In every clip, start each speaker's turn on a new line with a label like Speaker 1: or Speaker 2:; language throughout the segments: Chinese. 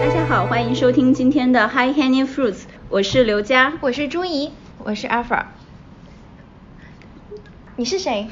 Speaker 1: 大家好，欢迎收听今天的 High Hanging Fruits，我是刘佳。
Speaker 2: 我是朱怡，我是阿法。你是谁？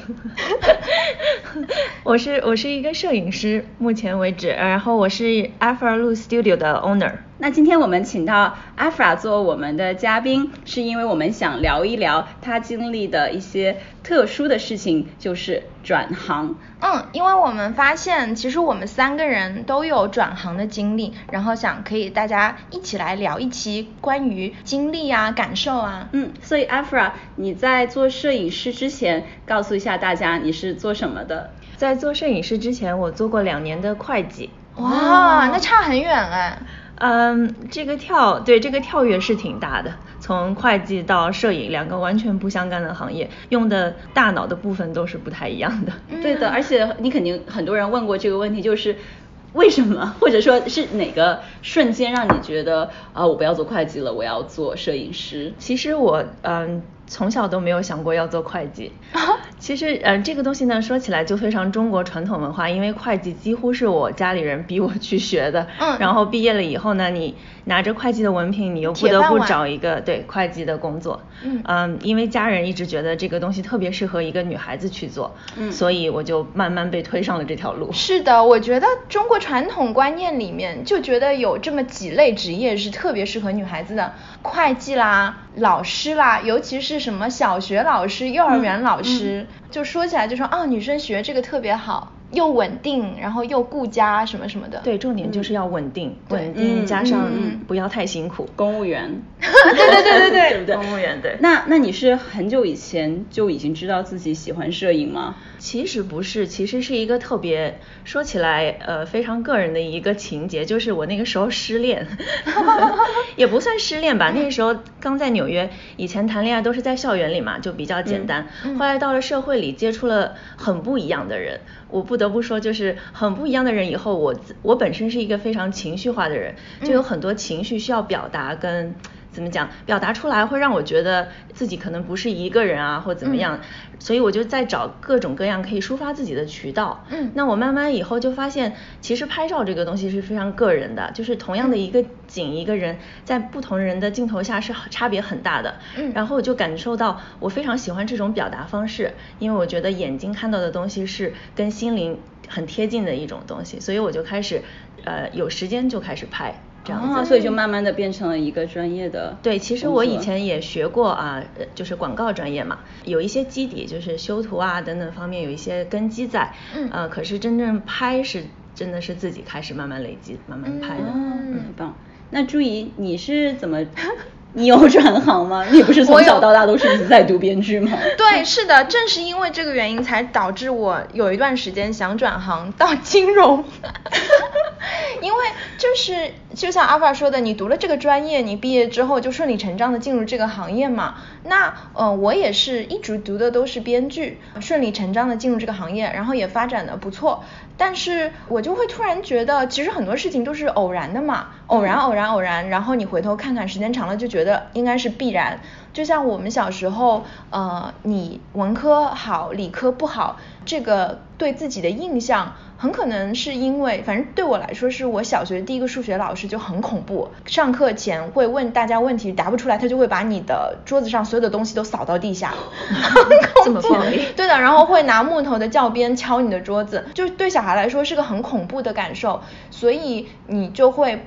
Speaker 3: 我是我是一个摄影师，目前为止，然后我是 Alpha l u Studio 的 owner。
Speaker 1: 那今天我们请到 Afra 做我们的嘉宾，是因为我们想聊一聊她经历的一些特殊的事情，就是转行。
Speaker 2: 嗯，因为我们发现，其实我们三个人都有转行的经历，然后想可以大家一起来聊一期关于经历啊、感受啊。
Speaker 1: 嗯，所以 Afra，你在做摄影师之前，告诉一下大家你是做什么的？
Speaker 3: 在做摄影师之前，我做过两年的会计。哦
Speaker 2: 哇，那差很远哎。
Speaker 3: 嗯，这个跳对这个跳跃是挺大的，从会计到摄影两个完全不相干的行业，用的大脑的部分都是不太一样的。
Speaker 1: 对的，而且你肯定很多人问过这个问题，就是为什么， 或者说是哪个瞬间让你觉得啊，我不要做会计了，我要做摄影师？
Speaker 3: 其实我嗯从小都没有想过要做会 计。其实嗯、呃这个东西呢说起来就非常中国传统文化，因为会计几乎是我家里人逼我去学的。
Speaker 2: 嗯
Speaker 3: 然后毕业了以后呢，你拿着会计的文凭，你又不
Speaker 2: 铁
Speaker 3: 得
Speaker 2: 饭
Speaker 3: 不
Speaker 2: 碗
Speaker 3: 找一个对会计的工作。
Speaker 2: 嗯
Speaker 3: 因为家人一直觉得这个东西特别适合一个女孩子去做，
Speaker 1: 嗯
Speaker 3: 所以我就慢慢被推上了这条路。
Speaker 2: 是的，我觉得中国传统观念里面就觉得有这么几类职业是特别适合女孩子的，会计啦、老师啦，尤其是什么小学老师、幼儿园老师，就说起来就说啊，女生学这个特别好，又稳定，然后又顾家什么什么的。嗯
Speaker 3: 对，重点就是要稳定，
Speaker 2: 对
Speaker 3: 稳定
Speaker 1: 嗯
Speaker 3: 加上
Speaker 1: 嗯嗯
Speaker 3: 不要太辛苦。
Speaker 1: 公务员。
Speaker 2: 对对对对对
Speaker 1: 对不对？
Speaker 3: 公务员对
Speaker 1: 那那你是很久以前就已经知道自己喜欢摄影吗？
Speaker 3: 其实不是，其实是一个特别说起来呃非常个人的一个情节，就是我那个时候失 恋， 也不算失恋吧，那个时候刚在纽约，以前谈恋爱都是在校园里嘛，就比较简单。
Speaker 2: 嗯嗯
Speaker 3: 后来到了社会里，接触了很不一样的人，我不得不说，就是很不一样的人以后，我自我本身是一个非常情绪化的人，就有
Speaker 2: 嗯
Speaker 3: 很多情绪需要表达跟。怎么讲？表达出来会让我觉得自己可能不是一个人啊，或怎么
Speaker 2: 嗯
Speaker 3: 样。所以我就在找各种各样可以抒发自己的渠道。
Speaker 2: 嗯
Speaker 3: 那我慢慢以后就发现，其实拍照这个东西是非常个人的，就是同
Speaker 2: 嗯
Speaker 3: 样的一个景、一个人，在不同人的镜头下是很差别很大的。
Speaker 2: 嗯
Speaker 3: 然后我就感受到我非常喜欢这种表达方式，因为我觉得眼睛看到的东西是跟心灵很贴近的一种东西，所以我就开始，呃，有时间就开始拍这样子。
Speaker 1: 啊，所以就慢慢的变成了一个专业的。
Speaker 3: 对，其实我以前也学过啊，呃就是广告专业嘛，有一些基底，就是修图啊等等方面有一些根基在。
Speaker 2: 嗯
Speaker 3: 呃，可是真正拍是真的是自己开始慢慢累积，慢慢拍的。
Speaker 1: 嗯，
Speaker 2: 嗯
Speaker 1: 很棒。那朱怡，你是怎么？ 你有转行吗？你不是从
Speaker 2: 我有
Speaker 1: 小到大都是一直在读编剧吗？
Speaker 2: 对，是的，正是因为这个原因，才导致我有一段时间想转行到金融。因为就是就像阿爸说的，你读了这个专业，你毕业之后就顺理成章的进入这个行业嘛。那呃，我也是一直读的都是编剧，顺理成章的进入这个行业，然后也发展的不错。但是我就会突然觉得，其实很多事情都是偶然的嘛，偶然偶然偶然，然后你回头看看，时间长了就觉得应该是必然。就像我们小时候，呃，你文科好，理科不好，这个对自己的印象，很可能是因为，反正对我来说，是我小学第一个数学老师就很恐怖，上课前会问大家问题，答不出来，他就会把你的桌子上所有的东西都扫到地 下，
Speaker 3: 这么暴力。
Speaker 2: 对的，然后会拿木头的教鞭敲你的桌子，就是对小孩来说是个很恐怖的感受，所以你就会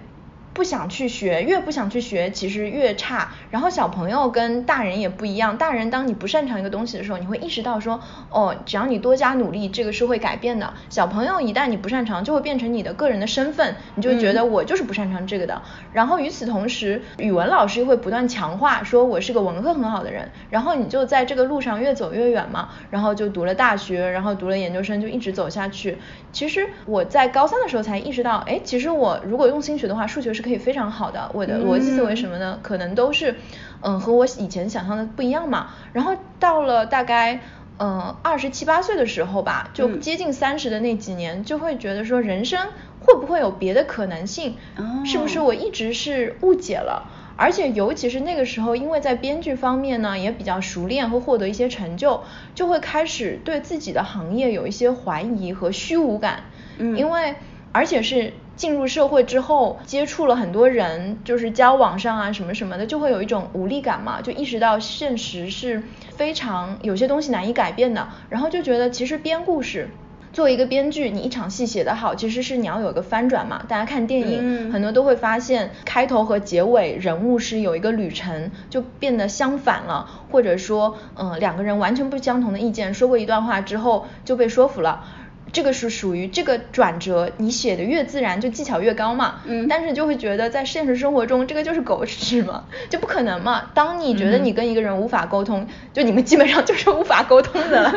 Speaker 2: 不想去学，越不想去学，其实越差。然后小朋友跟大人也不一样，大人当你不擅长一个东西的时候，你会意识到说，哦，只要你多加努力，这个是会改变的。小朋友一旦你不擅长，就会变成你的个人的身份，你就会觉得我就是不擅长这个的。然后与此同时，语文老师会不断强化说我是个文科很好的人，然后你就在这个路上越走越远嘛，然后就读了大学，然后读了研究生，就一直走下去。其实我在高三的时候才意识到，哎，其实我如果用心学的话，数学是可以非常好的，我的
Speaker 3: 嗯
Speaker 2: 逻辑思维什么的，可能都是，嗯，和我以前想象的不一样嘛。然后到了大概。嗯二十七八岁的时候吧，就
Speaker 1: 嗯
Speaker 2: 接近三十的那几年，就会觉得说人生会不会有别的可能性？
Speaker 1: 哦
Speaker 2: 是不是我一直是误解了？而且尤其是那个时候，因为在编剧方面呢也比较熟练和获得一些成就，就会开始对自己的行业有一些怀疑和虚无感。
Speaker 1: 嗯
Speaker 2: 因为而且是进入社会之后，接触了很多人，就是交往上啊什么什么的，就会有一种无力感嘛，就意识到现实是非常有些东西难以改变的，然后就觉得其实编故事。作为一个编剧，你一场戏写得好，其实是你要有一个翻转嘛。大家看电影，
Speaker 1: 嗯
Speaker 2: 很多都会发现开头和结尾人物是有一个旅程，就变得相反了，或者说，嗯、两个人完全不相同的意见，说过一段话之后就被说服了。这个是属于这个转折，你写的越自然，就技巧越高嘛。
Speaker 1: 嗯
Speaker 2: 但是就会觉得在现实生活中，这个就是狗屎嘛， 就不可能嘛。当你觉得
Speaker 1: 嗯
Speaker 2: 你跟一个人无法沟通，就你们基本上就是无法沟通 的了。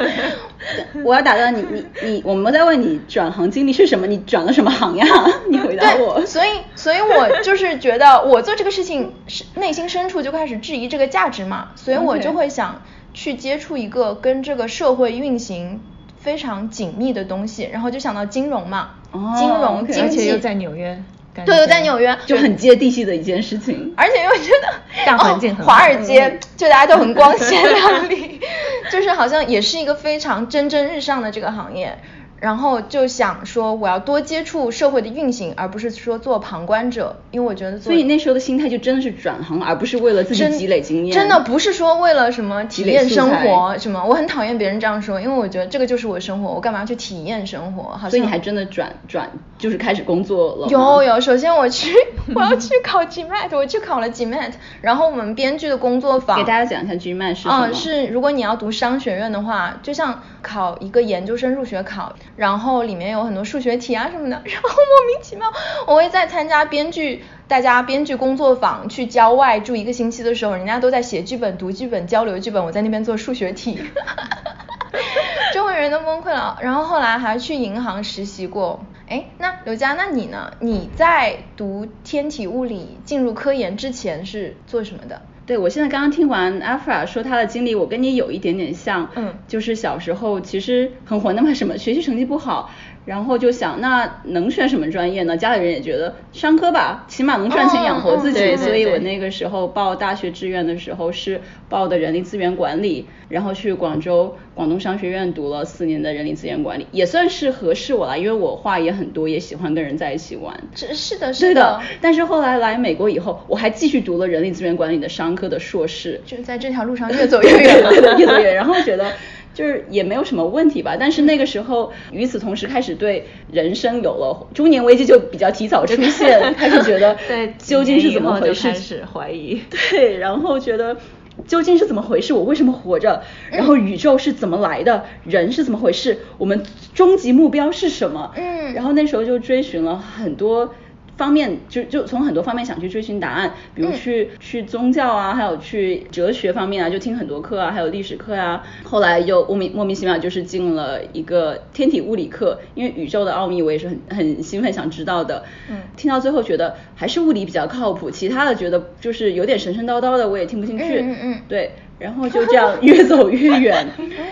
Speaker 1: 我要打断你，你你，我们在问你转行经历是什么？你转了什么行呀？ 你回答
Speaker 2: 对，
Speaker 1: 我。
Speaker 2: 所以，所以我就是觉得我做这个事情是内心深处就开始质疑这个价值嘛，所以我
Speaker 1: OK
Speaker 2: 就会想去接触一个跟这个社会运行非常紧密的东西，然后就想到金融嘛，
Speaker 1: 哦
Speaker 2: 金融
Speaker 1: OK
Speaker 2: 经
Speaker 3: 而且
Speaker 2: 济
Speaker 3: 又在纽约，感
Speaker 2: 对，
Speaker 3: 觉
Speaker 2: 又在纽约，
Speaker 1: 就很接地气的一件事情。
Speaker 2: 而且又觉得
Speaker 3: 大环境
Speaker 2: 哦
Speaker 3: 很好
Speaker 2: 华尔
Speaker 1: 嗯
Speaker 2: 街就大家都很光鲜 亮丽，就是好像也是一个非常蒸蒸日上的这个行业。然后就想说，我要多接触社会的运行，而不是说做旁观者，因为我觉得做
Speaker 1: 所以那时候的心态就真的是转行，而不是为了自己
Speaker 2: 真
Speaker 1: 积累经验。
Speaker 2: 真的不是说为了什么
Speaker 1: 积
Speaker 2: 体
Speaker 1: 累
Speaker 2: 验
Speaker 1: 素
Speaker 2: 生
Speaker 1: 材
Speaker 2: 活什么。我很讨厌别人这样说，因为我觉得这个就是我的生活，我干嘛要去体验生活？好像
Speaker 1: 所以你还真的转转，就是开始工作了吗。
Speaker 2: 有有，首先我去， 我要去考 GMAT，我去考了 GMAT，然后我们编剧的工作坊
Speaker 1: 给大家讲一下 GMAT 是什么。
Speaker 2: 嗯，是如果你要读商学院的话，就像考一个研究生入学考，然后里面有很多数学题啊什么的， 然后莫名其妙，我会在参加编剧大家编剧工作坊去郊外住一个星期的时候，人家都在写剧本、读剧本、交流剧本，我在那边做数 学题，周围人都崩溃了。然后后来还去银行实习过。哎，那刘佳，那你呢？你在读天体物理进入科研之前是做什么的？
Speaker 1: 对，我现在刚刚听完 Afra 说她的经历，我跟你有一点点像，
Speaker 2: 嗯
Speaker 1: 就是小时候其实很混的嘛，什么学习成绩不好，然后就想那能选什么专业呢？家里人也觉得商科吧，起码能赚钱养活自己，
Speaker 2: 嗯嗯对对
Speaker 1: 所以我
Speaker 3: 对
Speaker 1: 那个时候报大学志愿的时候是报的人力资源管理，然后去广州广东商学院读了四年的人力资源管理，也算是合适我啦，因为我话也很多，也喜欢跟人在一起玩，
Speaker 2: 是是的，
Speaker 1: 对
Speaker 2: 是的，
Speaker 1: 但是后来来美国以后，我还继续读了人力资源管理的商科的硕士，
Speaker 2: 就是在这条路上越走越远
Speaker 1: 对 的，越走越远。然后觉得就是也没有什么问题吧，但是那个时候，与此同时开始对人生有了中年危机，就比较提早出现，开始觉得
Speaker 3: 对
Speaker 1: 究竟是怎么回
Speaker 3: 几年以后就
Speaker 1: 事，
Speaker 3: 开始怀疑
Speaker 1: 对，然后觉得。究竟是怎么回事？我为什么活着？
Speaker 3: 嗯
Speaker 1: 然后宇宙是怎么来的？人是怎么回事？我们终极目标是什么？
Speaker 2: 嗯
Speaker 1: 然后那时候就追寻了很多方面，就就从很多方面想去追寻答案，比如
Speaker 2: 嗯
Speaker 1: 去、去宗教啊，还有去哲学方面啊，就听很多课啊，还有历史课啊。后来又莫名莫名其妙就是进了一个天体物理课，因为宇宙的奥秘我也是很很兴奋想知道的。
Speaker 2: 嗯
Speaker 1: 听到最后觉得还是物理比较靠谱，其他的觉得就是有点神神叨叨的，我也听不进去。
Speaker 2: 嗯嗯嗯
Speaker 1: 对。然后就这样越走越 远，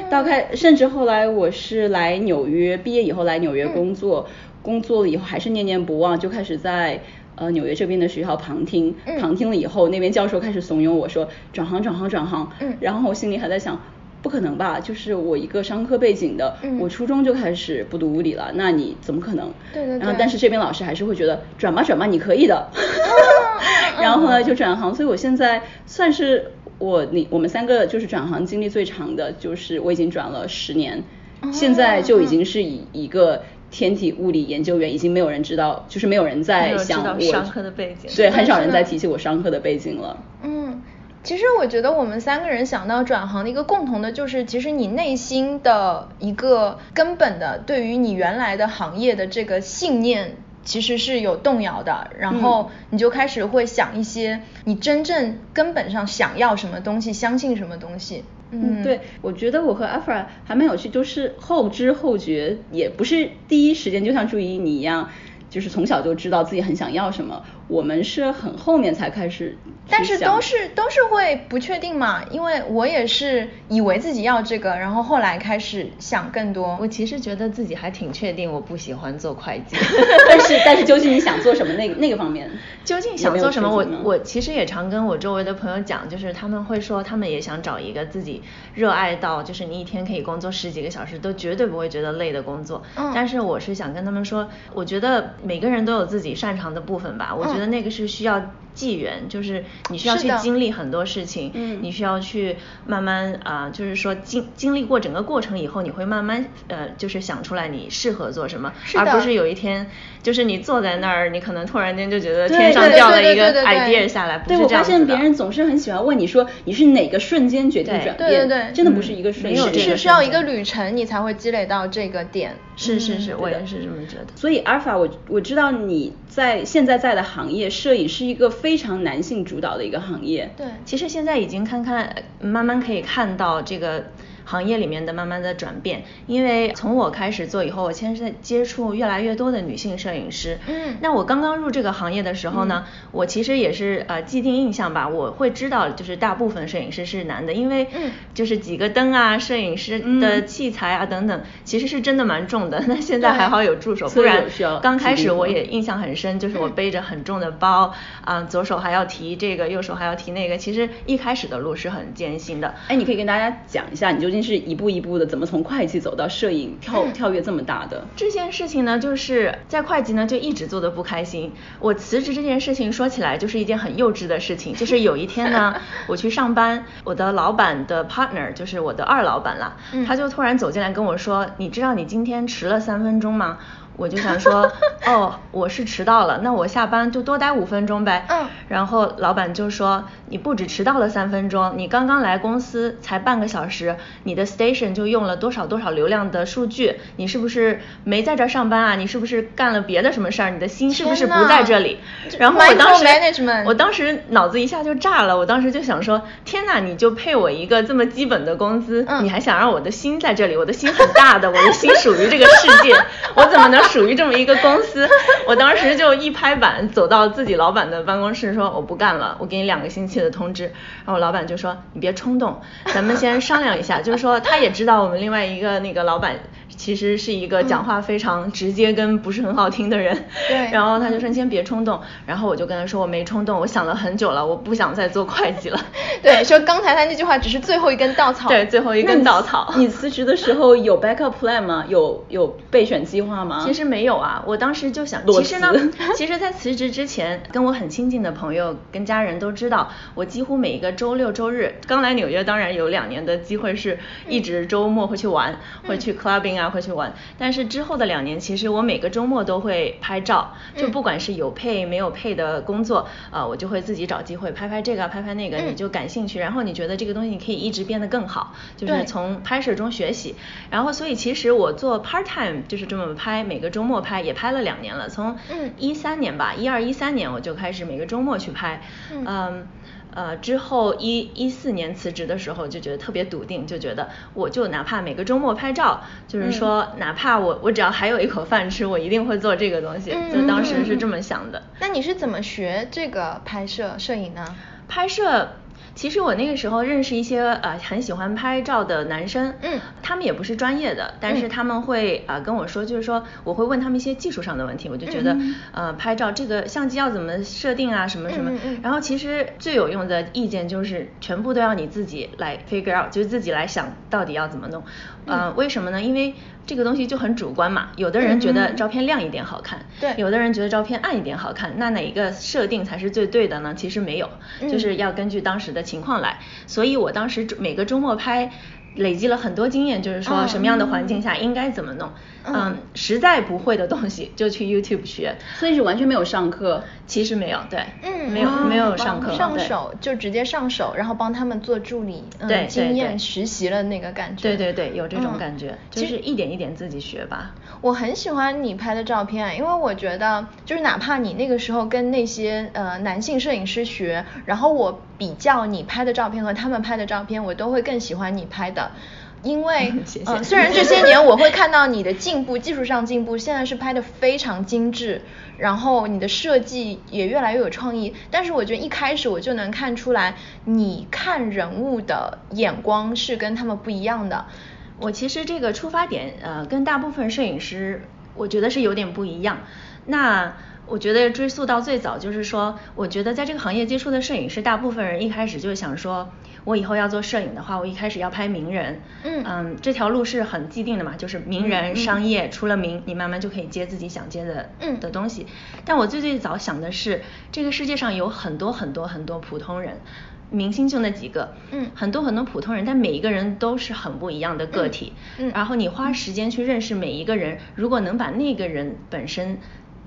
Speaker 1: 到开，甚至后来我是来纽约，毕业以后来纽约工
Speaker 2: 嗯
Speaker 1: 作，工作了以后还是念念不忘，就开始在呃纽约这边的学校旁听，
Speaker 2: 嗯
Speaker 1: 旁听了以后，那边教授开始怂恿我说转行转行转行，
Speaker 2: 嗯
Speaker 1: 然后我心里还在想。不可能吧？就是我一个商科背景的，
Speaker 2: 嗯
Speaker 1: 我初中就开始不读物理了，那你怎么可能？
Speaker 2: 对对
Speaker 1: 然后
Speaker 2: 对
Speaker 1: 但是这边老师还是会觉得转吧转吧，你可以的。
Speaker 3: 嗯
Speaker 1: 然后后来就转行，所以我现在算是我你我们三个就是转行经历最长的，就是我已经转了十年，现在就已经是以一个天体物理研究员，已经没有人知道，就是没有人
Speaker 3: 没
Speaker 1: 在
Speaker 3: 有人知
Speaker 1: 想
Speaker 3: 道
Speaker 1: 我
Speaker 3: 商科的背景
Speaker 1: 对，
Speaker 2: 是的
Speaker 1: 很少
Speaker 2: 是
Speaker 1: 人
Speaker 2: 的
Speaker 1: 在提起我商科的背景了。
Speaker 2: 嗯，其实我觉得我们三个人想到转行的一个共同的就是，其实你内心的一个根本的对于你原来的行业的这个信念。其实是有动摇的，然
Speaker 1: 嗯
Speaker 2: 后你就开始会想一些你真正根本上想要什么东西，相信什么东西。嗯，
Speaker 1: 对，我觉得我和 Afra 还蛮有趣，就是后知后觉，也不是第一时间就像朱怡你一样，就是从小就知道自己很想要什么，我们是很后面才开始去想，
Speaker 2: 但是都是都是会不确定嘛，因为我也是以为自己要这个，然后后来开始想更多。
Speaker 3: 我其实觉得自己还挺确定，我不喜欢做会计。
Speaker 1: 但是但是究竟你想做什么那个那个方面，
Speaker 3: 究竟
Speaker 1: 有
Speaker 3: 想
Speaker 1: 没有
Speaker 3: 做什么？
Speaker 1: 确
Speaker 3: 我
Speaker 1: 定呢
Speaker 3: 我其实也常跟我周围的朋友讲，就是他们会说，他们也想找一个自己热爱到，就是你一天可以工作十几个小时都绝对不会觉得累的工作。
Speaker 2: 嗯
Speaker 3: 但是我是想跟他们说，我觉得每个人都有自己擅长的部分吧，我觉得那个是需要纪元，就是你需要
Speaker 2: 嗯是
Speaker 3: 去
Speaker 2: 的
Speaker 3: 经历很多事情，
Speaker 1: 嗯
Speaker 3: 你需要去慢慢啊、就是说经经历过整个过程以后，你会慢慢呃，就是想出来你适合做什么，
Speaker 2: 是
Speaker 3: 而
Speaker 2: 的
Speaker 3: 不是有一天就是你坐在那儿，你可能突然间就觉得
Speaker 1: 对
Speaker 3: 天上
Speaker 1: 对
Speaker 3: 掉
Speaker 2: 对
Speaker 3: 了
Speaker 2: 对
Speaker 3: 一个
Speaker 2: 对对对
Speaker 3: idea 下来，不
Speaker 1: 对
Speaker 3: 是
Speaker 1: 我
Speaker 3: 这样
Speaker 1: 发
Speaker 3: 子的。
Speaker 1: 现别人总是很喜欢问你说你是哪个瞬间决定
Speaker 3: 对
Speaker 1: 转变，
Speaker 2: 对对对
Speaker 1: 真的不是一个瞬
Speaker 3: 嗯没有
Speaker 1: 间，
Speaker 3: 这
Speaker 2: 是
Speaker 3: 个
Speaker 2: 是要
Speaker 3: 东
Speaker 2: 一个
Speaker 3: 西
Speaker 2: 旅程，你才会积累到这个点。嗯
Speaker 3: 是是是，我
Speaker 1: 嗯对的
Speaker 3: 也是这么觉得。
Speaker 1: 所以阿尔法，我我知道你在现在在的行业，摄影是一个非常男性主导的一个行业。
Speaker 2: 对，
Speaker 3: 其实现在已经看看，慢慢可以看到这个行业里面的慢慢的转变。因为从我开始做以后，我现在接触越来越多的女性摄影师。
Speaker 2: 嗯
Speaker 3: 那我刚刚入这个行业的时候呢，
Speaker 1: 嗯
Speaker 3: 我其实也是呃既定印象吧，我会知道就是大部分摄影师是男的，因为
Speaker 2: 嗯
Speaker 3: 就是几个灯啊、摄影师的
Speaker 1: 嗯
Speaker 3: 器材啊等等，其实是真的蛮重的。那现在
Speaker 2: 对
Speaker 3: 还好有助手，不
Speaker 1: 所以
Speaker 3: 然
Speaker 1: 有需要
Speaker 3: 刚开
Speaker 1: 体力
Speaker 3: 始我
Speaker 1: 活
Speaker 3: 也印象很深，就是我背着很重的包，啊、左手还要提这个，右手还要提那个。其实一开始的路是很艰辛的。
Speaker 1: 哎，你可以跟大家讲一下，你究竟是一步一步的怎么从会计走到摄影，跳跳跃这么大的？
Speaker 3: 这件事情呢，就是在会计呢就一直做的不开心。我辞职这件事情说起来就是一件很幼稚的事情，就是有一天呢，我去上班，我的老板的 partner 就是我的二老板啦，
Speaker 2: 嗯
Speaker 3: 他就突然走进来跟我说：“你知道你今天迟了三分钟吗？”我就想说，哦，我是迟到了，那我下班就多待五分钟呗。
Speaker 2: 嗯
Speaker 3: 然后老板就说，你不止迟到了三分钟，你刚刚来公司才半个小时，你的 station 就用了多少多少流量的数据，你是不是没在这儿上班啊？你是不是干了别的什么事儿？你的心是不是
Speaker 2: 天
Speaker 3: 不
Speaker 2: 呐
Speaker 3: 在这里？
Speaker 2: 这
Speaker 3: 然后我当时
Speaker 2: micromanagement，
Speaker 3: 我当时脑子一下就炸了，我当时就想说，天呐，你就配我一个这么基本的工资，
Speaker 2: 嗯
Speaker 3: 你还想让我的心在这里？我的心很 大的，我的心属于这个世界，我怎么能属于这么一个公司？我当时就一拍板，走到自己老板的办公室说，我不干了，我给你两个星期的通知。然后老板就说，你别冲动，咱们先商量一下， 就是说他也知道我们另外一个那个老板。其实是一个讲话非常直接跟不是很好听的人，
Speaker 2: 对
Speaker 3: 然后他就说你先别冲动，然后我就跟他说我没冲动，我想了很久了，我不想再做会计了。
Speaker 2: 对，说刚才他那句话只是最后一根稻草。
Speaker 3: 对，最后一
Speaker 1: 那
Speaker 3: 根
Speaker 1: 你
Speaker 3: 稻草。
Speaker 1: 你辞职的时候有 backup plan 吗？有有备选计划吗？
Speaker 3: 其实没有啊，我当时就想，
Speaker 1: 裸
Speaker 3: 其
Speaker 1: 辞
Speaker 3: 实呢， 其实，在辞职之前，跟我很亲近的朋友、跟家人都知道，我几乎每一个周六、周日，刚来纽约，当然有两年的机会是一直周末会去玩，会去 clubbing 啊，会去玩。但是之后的两年，其实我每个周末都会拍照，就
Speaker 2: 嗯
Speaker 3: 不管是有配没有配的工作，啊，我就会自己找机会拍拍这个，拍拍那个，
Speaker 2: 嗯
Speaker 3: 你就感兴趣，然后你觉得这个东西你可以一直变得更好，就是
Speaker 2: 对
Speaker 3: 从拍摄中学习。然后，所以其实我做 part time 就是这么拍，每个周末拍，也拍了两年了，从
Speaker 2: 嗯
Speaker 3: 一三年吧，一二一三年我就开始每个周末去拍，
Speaker 2: 嗯
Speaker 3: 呃，之后一一四年辞职的时候就觉得特别笃定，就觉得我就哪怕每个周末拍照，
Speaker 2: 嗯
Speaker 3: 就是说哪怕我我只要还有一口饭吃，我一定会做这个东西，
Speaker 2: 嗯
Speaker 3: 就当时是这么想的。
Speaker 2: 那你是怎么学这个拍摄摄影呢？
Speaker 3: 拍摄，其实我那个时候认识一些呃很喜欢拍照的男生，
Speaker 2: 嗯
Speaker 3: 他们也不是专业的，但是
Speaker 2: 嗯
Speaker 3: 他们会啊、呃跟我说，就是说我会问他们一些技术上的问题，我就觉得、
Speaker 2: 嗯嗯
Speaker 3: 呃拍照这个相机要怎么设定啊什么什么，
Speaker 2: 嗯嗯嗯
Speaker 3: 然后其实最有用的意见就是全部都要你自己来 figure out，就是自己来想到底要怎么弄，
Speaker 2: 嗯
Speaker 3: 呃、为什么呢？因为这个东西就很主观嘛，有的人觉
Speaker 2: 嗯
Speaker 3: 得
Speaker 2: 嗯嗯
Speaker 3: 照片亮一点好看，
Speaker 2: 对
Speaker 3: 有的人觉得照片暗一点好看，那哪一个设定才是最对的呢？其实没有，
Speaker 2: 嗯
Speaker 3: 就是要根据当时的情况来。所以我当时每个周末拍，累积了很多经验，就是说
Speaker 2: 哦
Speaker 3: 什么样的环境下应该怎么弄。
Speaker 2: 嗯
Speaker 3: 实在不会的东西就去 YouTube 学，
Speaker 1: 所以是完全没有上课。
Speaker 3: 其实没有，对，
Speaker 2: 嗯，
Speaker 3: 没有、
Speaker 2: 哦
Speaker 3: 没有
Speaker 2: 帮
Speaker 3: 上课，
Speaker 2: 上
Speaker 3: 对
Speaker 2: 手就直接上手，然后帮他们做助理，嗯、
Speaker 3: 对对
Speaker 2: 经验
Speaker 3: 对
Speaker 2: 实习了那个感觉。
Speaker 3: 对对对，有这种
Speaker 2: 嗯
Speaker 3: 感觉，
Speaker 2: 其
Speaker 3: 就
Speaker 2: 实
Speaker 3: 是一点一点自己学吧。
Speaker 2: 我很喜欢你拍的照片，因为我觉得就是哪怕你那个时候跟那些呃男性摄影师学， 然后我比较你拍的照片和他们拍的照片，我都会更喜欢你拍的。因为
Speaker 3: 谢谢
Speaker 2: 嗯，虽然这些年我会看到你的进步，技术上进步，现在是拍的非常精致，然后你的设计也越来越有创意，但是我觉得一开始我就能看出来，你看人物的眼光是跟他们不一样的。
Speaker 3: 我其实这个出发点，呃，跟大部分摄影师，我觉得是有点不一样。那我觉得追溯到最早，就是说，我觉得在这个行业接触的摄影师，大部分人一开始就想说，我以后要做摄影的话，我一开始要拍名人。
Speaker 2: 嗯
Speaker 3: 这条路是很既定的嘛，就是名人、
Speaker 2: 嗯
Speaker 3: 商业，除了名，你慢慢就可以接自己想接的、
Speaker 2: 嗯
Speaker 3: 的东西。但我最最早想的是，这个世界上有很多很多很多普通人。明星就那几个，
Speaker 2: 嗯
Speaker 3: 很多很多普通人，但每一个人都是很不一样的个体，
Speaker 2: 嗯嗯
Speaker 3: 然后你花时间去认识每一个人，如果能把那个人本身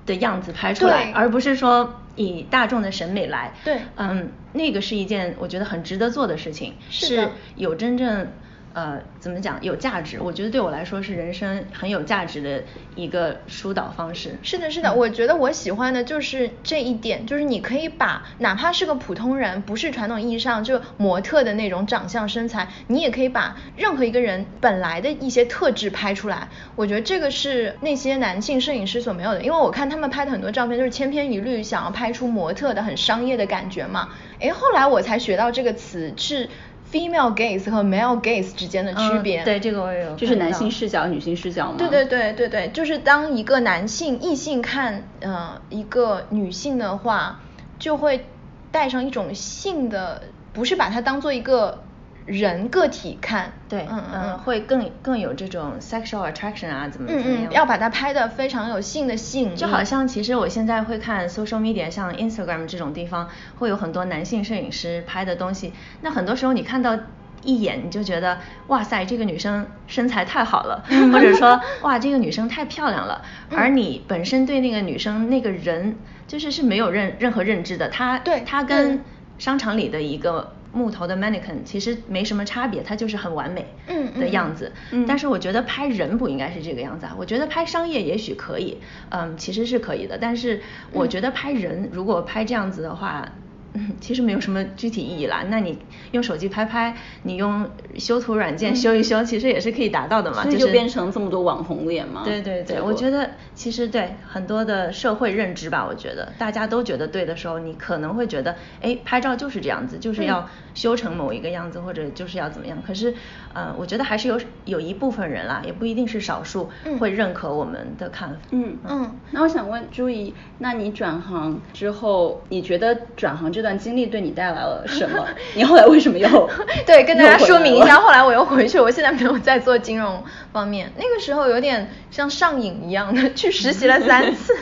Speaker 3: 的样子拍出来
Speaker 2: 对，
Speaker 3: 而不是说以大众的审美来，
Speaker 2: 对
Speaker 3: 嗯，那个是一件我觉得很值得做的事情，
Speaker 2: 是的
Speaker 3: 有真正。呃，怎么讲有价值？我觉得对我来说是人生很有价值的一个疏导方式。
Speaker 2: 是嗯的，是的，我觉得我喜欢的就是这一点，就是你可以把哪怕是个普通人，不是传统意义上就模特的那种长相身材，你也可以把任何一个人本来的一些特质拍出来。我觉得这个是那些男性摄影师所没有的，因为我看他们拍的很多照片就是千篇一律，想要拍出模特的很商业的感觉嘛。诶，后来我才学到这个词是 female gaze 和 male gaze 之间的区
Speaker 3: 嗯
Speaker 2: 别。嗯
Speaker 3: 对这个我也有看到，
Speaker 1: 就是男性视角、女性视角吗？
Speaker 2: 对对对对对，就是当一个男性异性看呃一个女性的话，就会带上一种性的，不是把它当做一个人个体看。
Speaker 3: 对，
Speaker 2: 嗯嗯，
Speaker 3: 会更更有这种 sexual attraction 啊，怎么怎
Speaker 2: 嗯
Speaker 3: 么
Speaker 2: 嗯，
Speaker 3: 样，
Speaker 2: 要把它拍的非常有性的吸引力。
Speaker 3: 就好像其实我现在会看 social media，像 Instagram 这种地方，会有很多男性摄影师拍的东西。那很多时候你看到一眼，你就觉得哇塞，这个女生身材太好 了，或者说哇，这个女生太漂亮了。
Speaker 2: 嗯
Speaker 3: 而你本身对那个女生那个人，就是是没有任任何认知的。她
Speaker 2: 对嗯
Speaker 3: 她
Speaker 2: 对
Speaker 3: 跟商场里的一个。木头的 mannequin 其实没什么差别，它就是很完美
Speaker 2: 嗯嗯
Speaker 3: 的样子。
Speaker 1: 嗯
Speaker 3: 但是我觉得拍人不应该是这个样子啊，我觉得拍商业也许可以，嗯，其实是可以的，但是我
Speaker 1: 嗯
Speaker 3: 觉得拍人、如果拍这样子的话。嗯，其实没有什么具体意义啦。那你用手机拍拍，你用修图软件修一修，其实也是可以达到的嘛。
Speaker 1: 嗯所以
Speaker 3: 就
Speaker 1: 就是变成这么多网红脸嘛。
Speaker 3: 对对对，
Speaker 1: 结果
Speaker 3: 我觉得其实对很多的社会认知吧，我觉得大家都觉得对的时候，你可能会觉得，哎，拍照就是这样子，就是
Speaker 2: 嗯
Speaker 3: 要修成某一个样子，或者就是要怎么样。可是，呃，我觉得还是有有一部分人啦，也不一定是少数
Speaker 2: 嗯
Speaker 3: 会认可我们的看法。
Speaker 1: 嗯
Speaker 2: 嗯
Speaker 1: 那我想问朱怡，那你转行之后，你觉得转行这段经历对你带来了什 么？你后来为什么又
Speaker 2: 对，跟大家说明一下，
Speaker 1: 又回来了
Speaker 2: 后来我又回去，我现在没有在做金融方面。那个时候有点像上瘾一样的， 去实习了三次，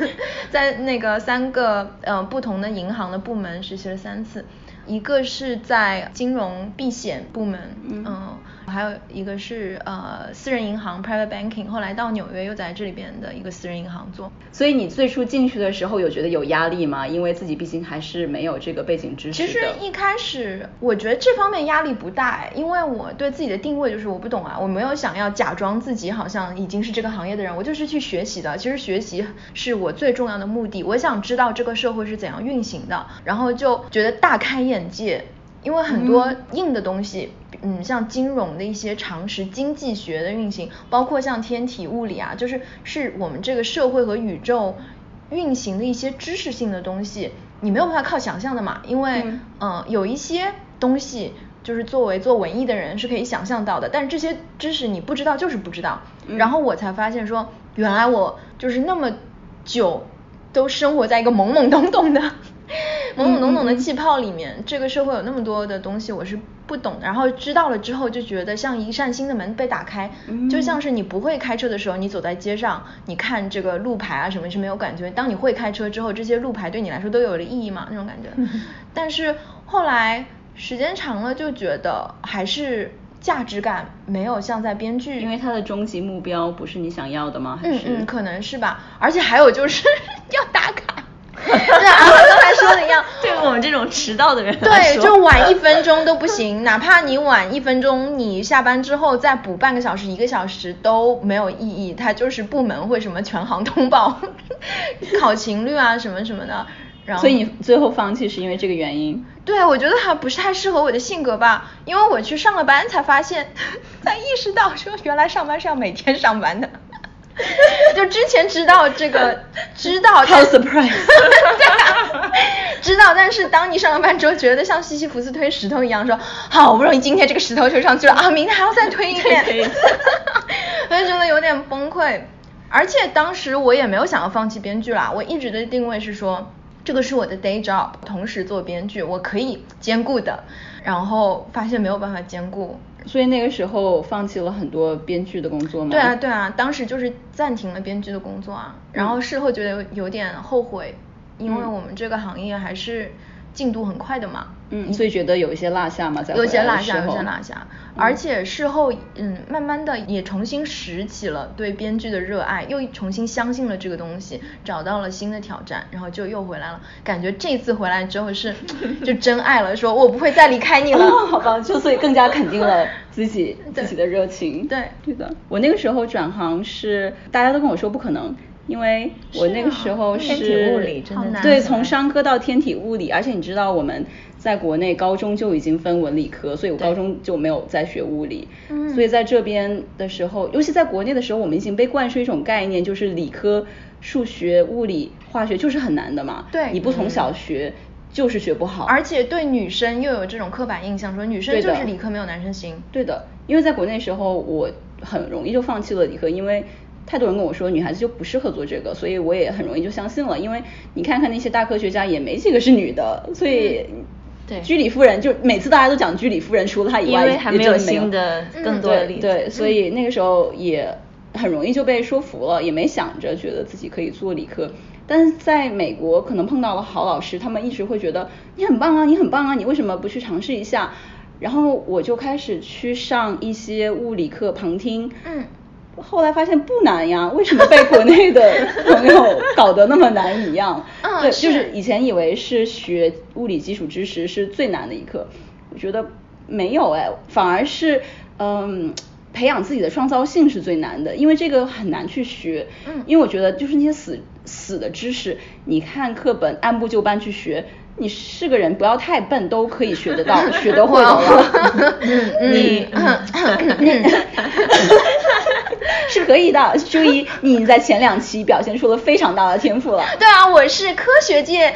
Speaker 2: 在那个三个呃不同的银行的部门实习了三次，一个是在金融避险部门，
Speaker 1: 嗯
Speaker 2: 嗯、还有一个是呃私人银行 private banking，后来到纽约又在这里边的一个私人银行做，
Speaker 1: 所以你最初进去的时候有觉得有压力吗？因为自己毕竟还是没有这个背景知识
Speaker 2: 其
Speaker 1: 的。
Speaker 2: 实一开始我觉得这方面压力不大，哎因为我对自己的定位就是我不懂啊，我没有想要假装自己好像已经是这个行业的人，我就是去学习的。其实学习是我最重要的目的，我想知道这个社会是怎样运行的，然后就觉得大开眼界。因为很多硬的东西，嗯，像金融的一些常识、经济学的运行，包括像天体物理啊，就是是我们这个社会和宇宙运行的一些知识性的东西，你没有办法靠想象的嘛，因为
Speaker 1: 嗯
Speaker 2: 嗯、呃有一些东西就是作为做文艺的人是可以想象到的，但是这些知识你不知道就是不知道。
Speaker 1: 嗯
Speaker 2: 然后我才发现说，原来我就是那么久都生活在一个懵懵懂懂的
Speaker 3: 嗯
Speaker 2: 懵懵懂懂的气泡里面，这个社会有那么多的东西我是不懂的。然后知道了之后，就觉得像一扇新的门被打开，
Speaker 1: 嗯
Speaker 2: 就像是你不会开车的时候，你走在街上，你看这个路牌啊什么是没有感觉。当你会开车之后，这些路牌对你来说都有了意义嘛，那种感 觉。但是后来时间长了，就觉得还是价值感没有像在编剧，
Speaker 1: 因为他的终极目标不是你想要的吗？还
Speaker 2: 嗯
Speaker 1: 是
Speaker 2: 嗯，可能是吧。而且还有就是 要打 卡，对啊，我刚才说的一样，
Speaker 3: 对于我们这种迟到的人来
Speaker 2: 对，
Speaker 3: 说
Speaker 2: 就晚一分钟都不行，哪怕你晚一分钟，你下班之后再补半个小时、一个小时都没有意义。 它就是部门会什么全行通报、考勤率啊什么什么的，然后
Speaker 1: 所以你最后放弃是因为这个原因？
Speaker 2: 对，我觉得还不是太适合我的性格吧，因为我去上了班才发现， 才意识到说原来上班是要每天上班的， 就之前知道这个知道
Speaker 1: 好
Speaker 2: 但
Speaker 1: surprise
Speaker 2: 对啊， 知道，但是当你上了班之后，觉得像西西弗斯推石头一样说，好不容易今天这个石头推上去了啊，明天还要再推一遍， 我就觉得有点崩溃。而且当时我也没有想要放弃编剧啦，我一直的定位是说，这个是我的 day job，同时做编剧，我可以兼顾的。然后发现没有办法兼顾，
Speaker 1: 所以那个时候放弃了很多编剧的工作吗？
Speaker 2: 对啊对啊，当时就是暂停了编剧的工作啊，然后事后觉得有有点后悔，因为
Speaker 1: 嗯
Speaker 2: 我们这个行业还是进度很快的嘛，
Speaker 1: 嗯，所以觉得有一些落下嘛，在
Speaker 2: 有些
Speaker 1: 回来
Speaker 2: 落
Speaker 1: 的时
Speaker 2: 下，有些
Speaker 1: 候
Speaker 2: 落下。而且事后，嗯，慢慢的也重新拾起了对编剧的热爱，又重新相信了这个东西，找到了新的挑战，然后就又回来了。感觉这次回来之 后是就真爱了，说我不会再离开你了。
Speaker 1: 哦， 好吧，就所以更加肯定了自己自己的热情。
Speaker 2: 对
Speaker 1: 对的。我那个时候转行是大家都跟我说不可能，因为我
Speaker 2: 是
Speaker 1: 那个
Speaker 2: 啊
Speaker 1: 时候
Speaker 3: 嗯
Speaker 1: 是
Speaker 3: 天体物理
Speaker 2: 的
Speaker 3: 真
Speaker 2: 好难啊
Speaker 1: 对，
Speaker 2: 很
Speaker 1: 从
Speaker 2: 难
Speaker 1: 商科到天体物理，而且你知道我们在国内高中就已经分文理科，所以我高中就没有再学物理。
Speaker 2: 嗯
Speaker 1: 所以在这边的时候，尤其在国内的时候，我们已经被灌输一种概念，就是理科、数学、物理、化学就是很难的嘛。
Speaker 2: 对
Speaker 1: 你不从
Speaker 2: 嗯
Speaker 1: 小学就是学不好。
Speaker 2: 而且对女生又有这种刻板印象，说女生
Speaker 1: 对
Speaker 2: 就
Speaker 1: 的
Speaker 2: 是理科没有男生行。
Speaker 1: 对的，因为在国内时候我很容易就放弃了理科，因为太多人跟我说女孩子就不适合做这个，所以我也很容易就相信了。因为你看看那些大科学家也没几个是女的，所以
Speaker 2: 嗯对
Speaker 1: 居里夫人就每次大家都讲居里夫人，除了她以
Speaker 3: 因
Speaker 1: 外，
Speaker 3: 为还
Speaker 1: 也
Speaker 3: 没
Speaker 1: 真的
Speaker 3: 有新的
Speaker 2: 嗯
Speaker 3: 更多的
Speaker 1: 对
Speaker 3: 例子。
Speaker 1: 对，所以那个时候也很容易就被说服了，也没想着觉得自己可以做理科。但是在美国，可能碰到了好老师，他们一直会觉得你很棒啊，你很棒啊，你为什么不去尝试一下？然后我就开始去上一些物理课旁听，
Speaker 2: 嗯，
Speaker 1: 后来发现不难呀，为什么被国内的朋友搞得那么难一样？
Speaker 2: 嗯
Speaker 1: 对，
Speaker 2: 是
Speaker 1: 就是以前以为是学物理基础知识是最难的一课，我觉得没有哎，反而是嗯。培养自己的创造性是最难的，因为这个很难去学。
Speaker 2: 嗯
Speaker 1: 因为我觉得就是那些死死的知识，你看课本按部就班去学，你是个人不要太笨，都可以学得 到，学得会的了。
Speaker 2: 嗯
Speaker 3: 你
Speaker 1: 是可以的。注意，你已经在前两期表现出了非常大的天赋了。
Speaker 2: 对啊，我是科学界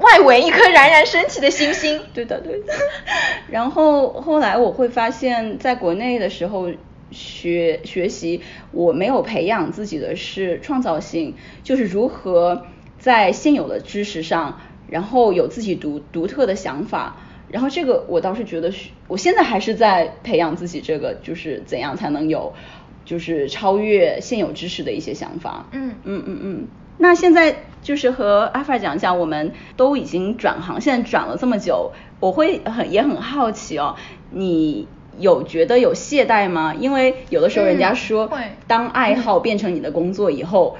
Speaker 2: 外围一颗冉冉升起的星星。
Speaker 1: 对的，对的。 然后后来我会发现，在国内的时候学学习，我没有培养自己的是创造性，就是如何在现有的知识上，然后有自己独独特的想法。然后这个我倒是觉得学，我现在还是在培养自己这个，就是怎样才能有，就是超越现有知识的一些想法。
Speaker 2: 嗯
Speaker 1: 嗯嗯嗯。那现在就是和阿法讲一下，我们都已经转行，现在转了这么久，我会很也很好奇哦，你有觉得有懈怠吗？因为有的时候人家
Speaker 2: 嗯
Speaker 1: 说，
Speaker 2: 会
Speaker 1: 当爱好变成你的工作以后，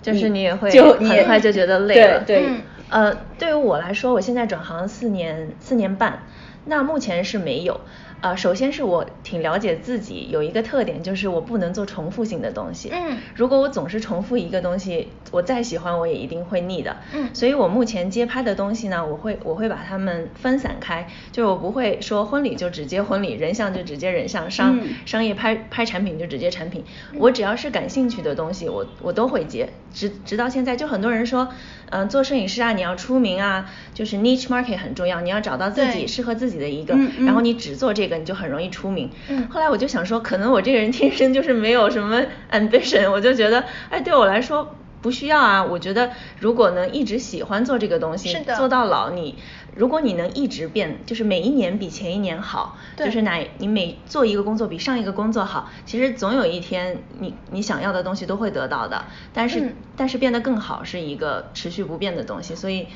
Speaker 3: 就是你也会
Speaker 1: 就
Speaker 3: 很
Speaker 1: 你也
Speaker 3: 快就觉得累了。
Speaker 1: 对对。
Speaker 2: 嗯
Speaker 3: 呃，对于我来说，我现在转行四年四年半，那目前是没有。呃，首先是我挺了解自己，有一个特点就是我不能做重复性的东西。
Speaker 2: 嗯
Speaker 3: 如果我总是重复一个东西，我再喜欢我也一定会腻的。
Speaker 2: 嗯
Speaker 3: 所以我目前接拍的东西呢，我会我会把它们分散开，就是我不会说婚礼就只接婚礼，人像就只接人像，商、
Speaker 1: 嗯
Speaker 3: 商业拍拍产品就直接产品，我只要是感兴趣的东西，我我都会接。直直到现在，就很多人说，嗯、做摄影师啊，你要出名啊，就是 niche market 很重要，你要找到自
Speaker 2: 对
Speaker 3: 己适合自己的一个，
Speaker 1: 嗯嗯
Speaker 3: 然后你只做这个，你就很容易出名。
Speaker 2: 嗯
Speaker 3: 后来我就想说，可能我这个人天生就是没有什么 ambition，我就觉得，哎，对我来说。不需要啊，我觉得如果能一直喜欢做这个东西
Speaker 2: 是的，
Speaker 3: 做到老你，如果你能一直变，就是每一年比前一年好，
Speaker 2: 对
Speaker 3: 就是哪你每做一个工作比上一个工作好，其实总有一天你你想要的东西都会得到的，但是、
Speaker 2: 嗯
Speaker 3: 但是变得更好是一个持续不变的东西，所以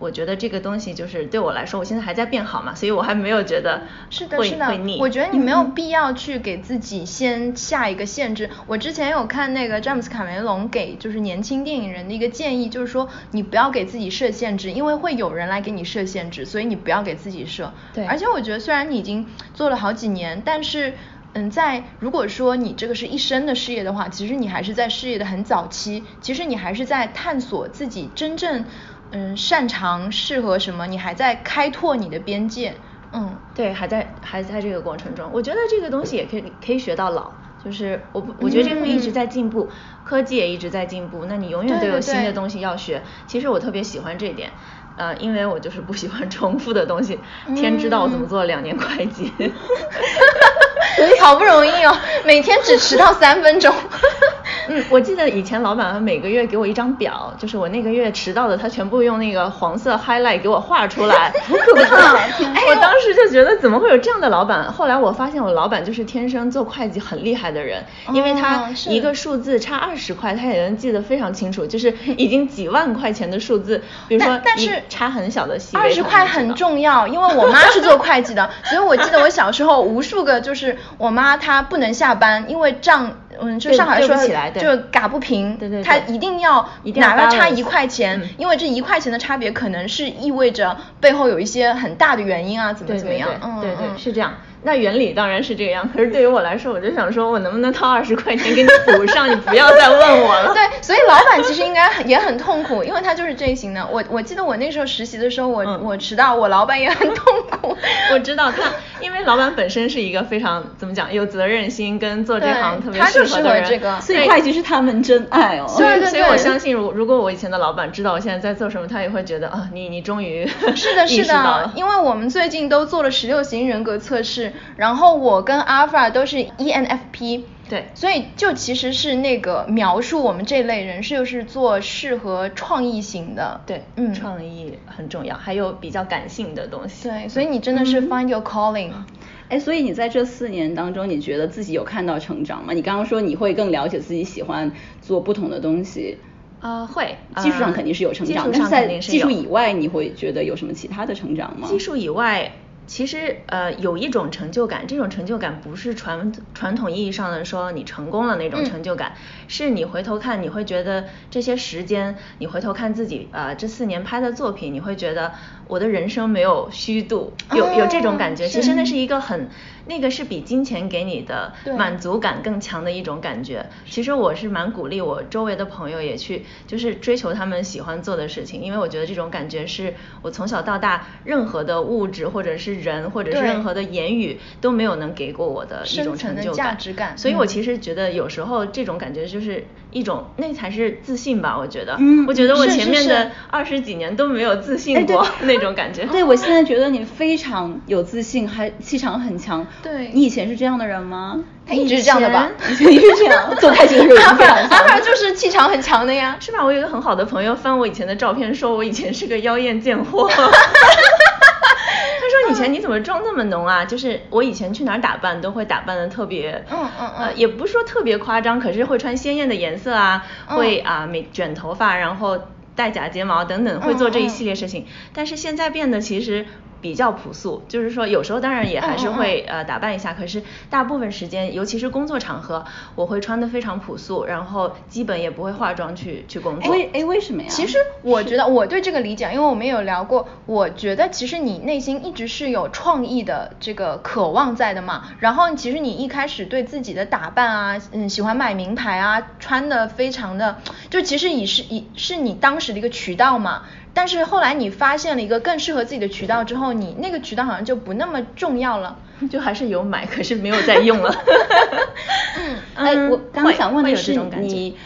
Speaker 3: 我觉得这个东西就是对我来说，我现在还在变好嘛，所以我还没有觉得
Speaker 2: 是的，
Speaker 3: 会
Speaker 2: 是的
Speaker 3: 会腻，。嗯
Speaker 2: 我觉得你没有必要去给自己先下一个限制。我之前有看那个詹姆斯卡梅隆给就是年轻电影人的一个建议，就是说你不要给自己设限制，因为会有人来给你设限制，所以你不要给自己设。
Speaker 3: 对
Speaker 2: 而且我觉得虽然你已经做了好几年，但是。嗯，在如果说你这个是一生的事业的话，其实你还是在事业的很早期，其实你还是在探索自己真正嗯擅长适合什么，你还在开拓你的边界。嗯，
Speaker 3: 对，还在还在这个过程中，我觉得这个东西也可以可以学到老，就是我不我觉得这个一直在进步，科技也一直在进步，那你永远都
Speaker 2: 嗯对对
Speaker 3: 有新的
Speaker 2: 对
Speaker 3: 东西要学。其实我特别喜欢这一点，呃，因为我就是不喜欢重复的东西。
Speaker 2: 嗯
Speaker 3: 天知道我怎么做了两年会计。
Speaker 2: 好不容易哦，每天只迟到三分钟。
Speaker 3: 嗯， 我记得以前老板每个月给我一张表，就是我那个月迟到的，他全部用那个黄色 highlight 给我画出 来。 我当时就觉得怎么会有这样的老板？后来我发现我老板就是天生做会计很厉害的人，因为他
Speaker 2: 哦是
Speaker 3: 一个数字差二十块，他也能记得非常清楚，就是已经几万块钱的数字， 比如说
Speaker 2: 但但
Speaker 3: 你
Speaker 2: 是
Speaker 3: 差很小的细微，
Speaker 2: 二十块很重要，因为我妈是做会计 的，所以我记得我小时候无数个就是我妈她不能下班，因为账嗯就
Speaker 3: 对
Speaker 2: 上海
Speaker 3: 对不
Speaker 2: 说
Speaker 3: 起来对
Speaker 2: 就嘎不平，
Speaker 3: 对对对
Speaker 2: 她一定要
Speaker 3: 一定要
Speaker 2: 哪怕
Speaker 3: balance
Speaker 2: 差一块钱，
Speaker 3: 嗯
Speaker 2: 因为这一块钱的差别可能是意味着背后有一些很大的原因啊，怎么
Speaker 3: 对
Speaker 2: 怎么样，
Speaker 3: 对
Speaker 2: 嗯
Speaker 3: 对对
Speaker 2: 嗯
Speaker 3: 是这样。那原理当然是这样，可是对于我来说，我就想说我能不能掏二十块钱给你补上，你不要再问我了。
Speaker 2: 对，所以老板其实应该很也很痛苦，因为他就是这一型的。我我记得我那时候实习的时候，我、
Speaker 3: 嗯
Speaker 2: 我迟到，我老板也很痛苦。
Speaker 3: 我知道他，因为老板本身是一个非常怎么讲有责任心跟做这
Speaker 2: 对
Speaker 3: 行特别
Speaker 2: 他就
Speaker 3: 适合
Speaker 2: 适
Speaker 3: 的
Speaker 2: 合
Speaker 3: 人，
Speaker 2: 这个嗯
Speaker 1: 所以
Speaker 3: 对
Speaker 1: 会计是他们真爱哦。
Speaker 3: 所以
Speaker 2: 对对
Speaker 3: 所以我
Speaker 2: 对
Speaker 3: 相信，如如果我以前的老板知道我现在在做什么，他也会觉得啊，你你终于
Speaker 2: 是的，
Speaker 3: 意
Speaker 2: 是
Speaker 3: 识到
Speaker 2: 的
Speaker 3: 了，
Speaker 2: 因为我们最近都做了十六型人格测试，然后我跟阿尔法都是 E ENFP，
Speaker 3: 对
Speaker 2: 所以就其实是那个描述我们这类人是就是做适合创意型的，
Speaker 3: 对，
Speaker 2: 嗯，
Speaker 3: 创意很重要，还有比较感性的东西。
Speaker 2: 对，所以你真的是
Speaker 3: 嗯
Speaker 2: find your calling，、
Speaker 1: 哎，所以你在这四年当中，你觉得自己有看到成长吗？你刚刚说你会更了解自己喜欢做不同的东西，
Speaker 3: 啊，会
Speaker 1: 技术上
Speaker 3: 呃
Speaker 1: 肯定是有成
Speaker 3: 技
Speaker 1: 长，
Speaker 3: 术
Speaker 1: 但
Speaker 3: 上
Speaker 1: 是
Speaker 3: 肯
Speaker 1: 在
Speaker 3: 定是
Speaker 1: 技术
Speaker 3: 有
Speaker 1: 以外，你会觉得有什么其他的成长吗？
Speaker 3: 技术以外，其实呃有一种成就感，这种成就感不是传传统意义上的说你成功了那种
Speaker 2: 嗯
Speaker 3: 成就感，是你回头看，你会觉得这些时间，你回头看自己呃这四年拍的作品，你会觉得我的人生没有虚度，有、有这种感觉。
Speaker 2: 哦
Speaker 3: 其
Speaker 2: 是
Speaker 3: 实那是一个很那个是比金钱给你的
Speaker 2: 对
Speaker 3: 满足感更强的一种感觉。其实我是蛮鼓励我周围的朋友也去，就是追求他们喜欢做的事情，因为我觉得这种感觉是我从小到大任何的物质或者是人或者是
Speaker 2: 对
Speaker 3: 任何的言语都没有能给过我的一
Speaker 2: 深
Speaker 3: 种
Speaker 2: 层
Speaker 3: 成
Speaker 2: 的
Speaker 3: 就
Speaker 2: 价值感
Speaker 3: 所以我
Speaker 2: 嗯
Speaker 3: 其实觉得有时候这种感觉就是一种那才是自信吧，我觉得。
Speaker 1: 嗯
Speaker 3: 我觉得我
Speaker 2: 是
Speaker 3: 前
Speaker 2: 是
Speaker 3: 面
Speaker 2: 是
Speaker 3: 的二十几年都没有自
Speaker 1: 哎
Speaker 3: 信
Speaker 1: 对
Speaker 3: 过那种感觉。
Speaker 1: 对，我现在觉得你非常有自信，还气场很强。
Speaker 2: 对
Speaker 1: 你以前是这样的人吗？
Speaker 3: 哎
Speaker 2: 他一直是这样的吧？
Speaker 1: 以前是这 样，做会计的时候已
Speaker 2: 阿
Speaker 1: 经非
Speaker 2: 尔
Speaker 1: 常
Speaker 2: 阿尔
Speaker 1: 强。
Speaker 2: 就是气场很强的呀。
Speaker 3: 是吧？我有一个很好的朋友翻我以前的照片，说我以前是个妖艳贱 货。他说：“以前你怎么妆那么浓啊？就是我以前去哪儿打扮都会打扮的特别，
Speaker 2: 嗯嗯嗯
Speaker 3: 呃，也不是说特别夸张，可是会穿鲜艳的颜色啊，
Speaker 2: 嗯
Speaker 3: 会啊美卷头发，然后戴假睫毛等等，会做这一系列事
Speaker 2: 嗯
Speaker 3: 情。但是现在变得其实比较朴素，就是说有时候当然也还是会
Speaker 2: 嗯嗯嗯
Speaker 3: 呃打扮一下，可是大部分时间，尤其是工作场合，我会穿的非常朴素，然后基本也不会化妆去去工作。
Speaker 1: 为哎为什么呀？
Speaker 2: 其实我觉得呃我对这个理解，因为我们也有聊过，我觉得其实你内心一直是有创意的这个渴望在的嘛。然后其实你一开始对自己的打扮啊，嗯，喜欢买名牌啊，穿的非常的，就其实也是也是你当时的一个渠道嘛。但是后来你发现了一个更适合自己的渠道之后，你那个渠道好像就不那么重要了。
Speaker 3: 就还是有买，可是没有在用了。
Speaker 1: 哎，我刚刚
Speaker 3: 嗯会
Speaker 1: 想问
Speaker 3: 会
Speaker 1: 的
Speaker 3: 有
Speaker 1: 是
Speaker 3: 这种感觉
Speaker 1: 你。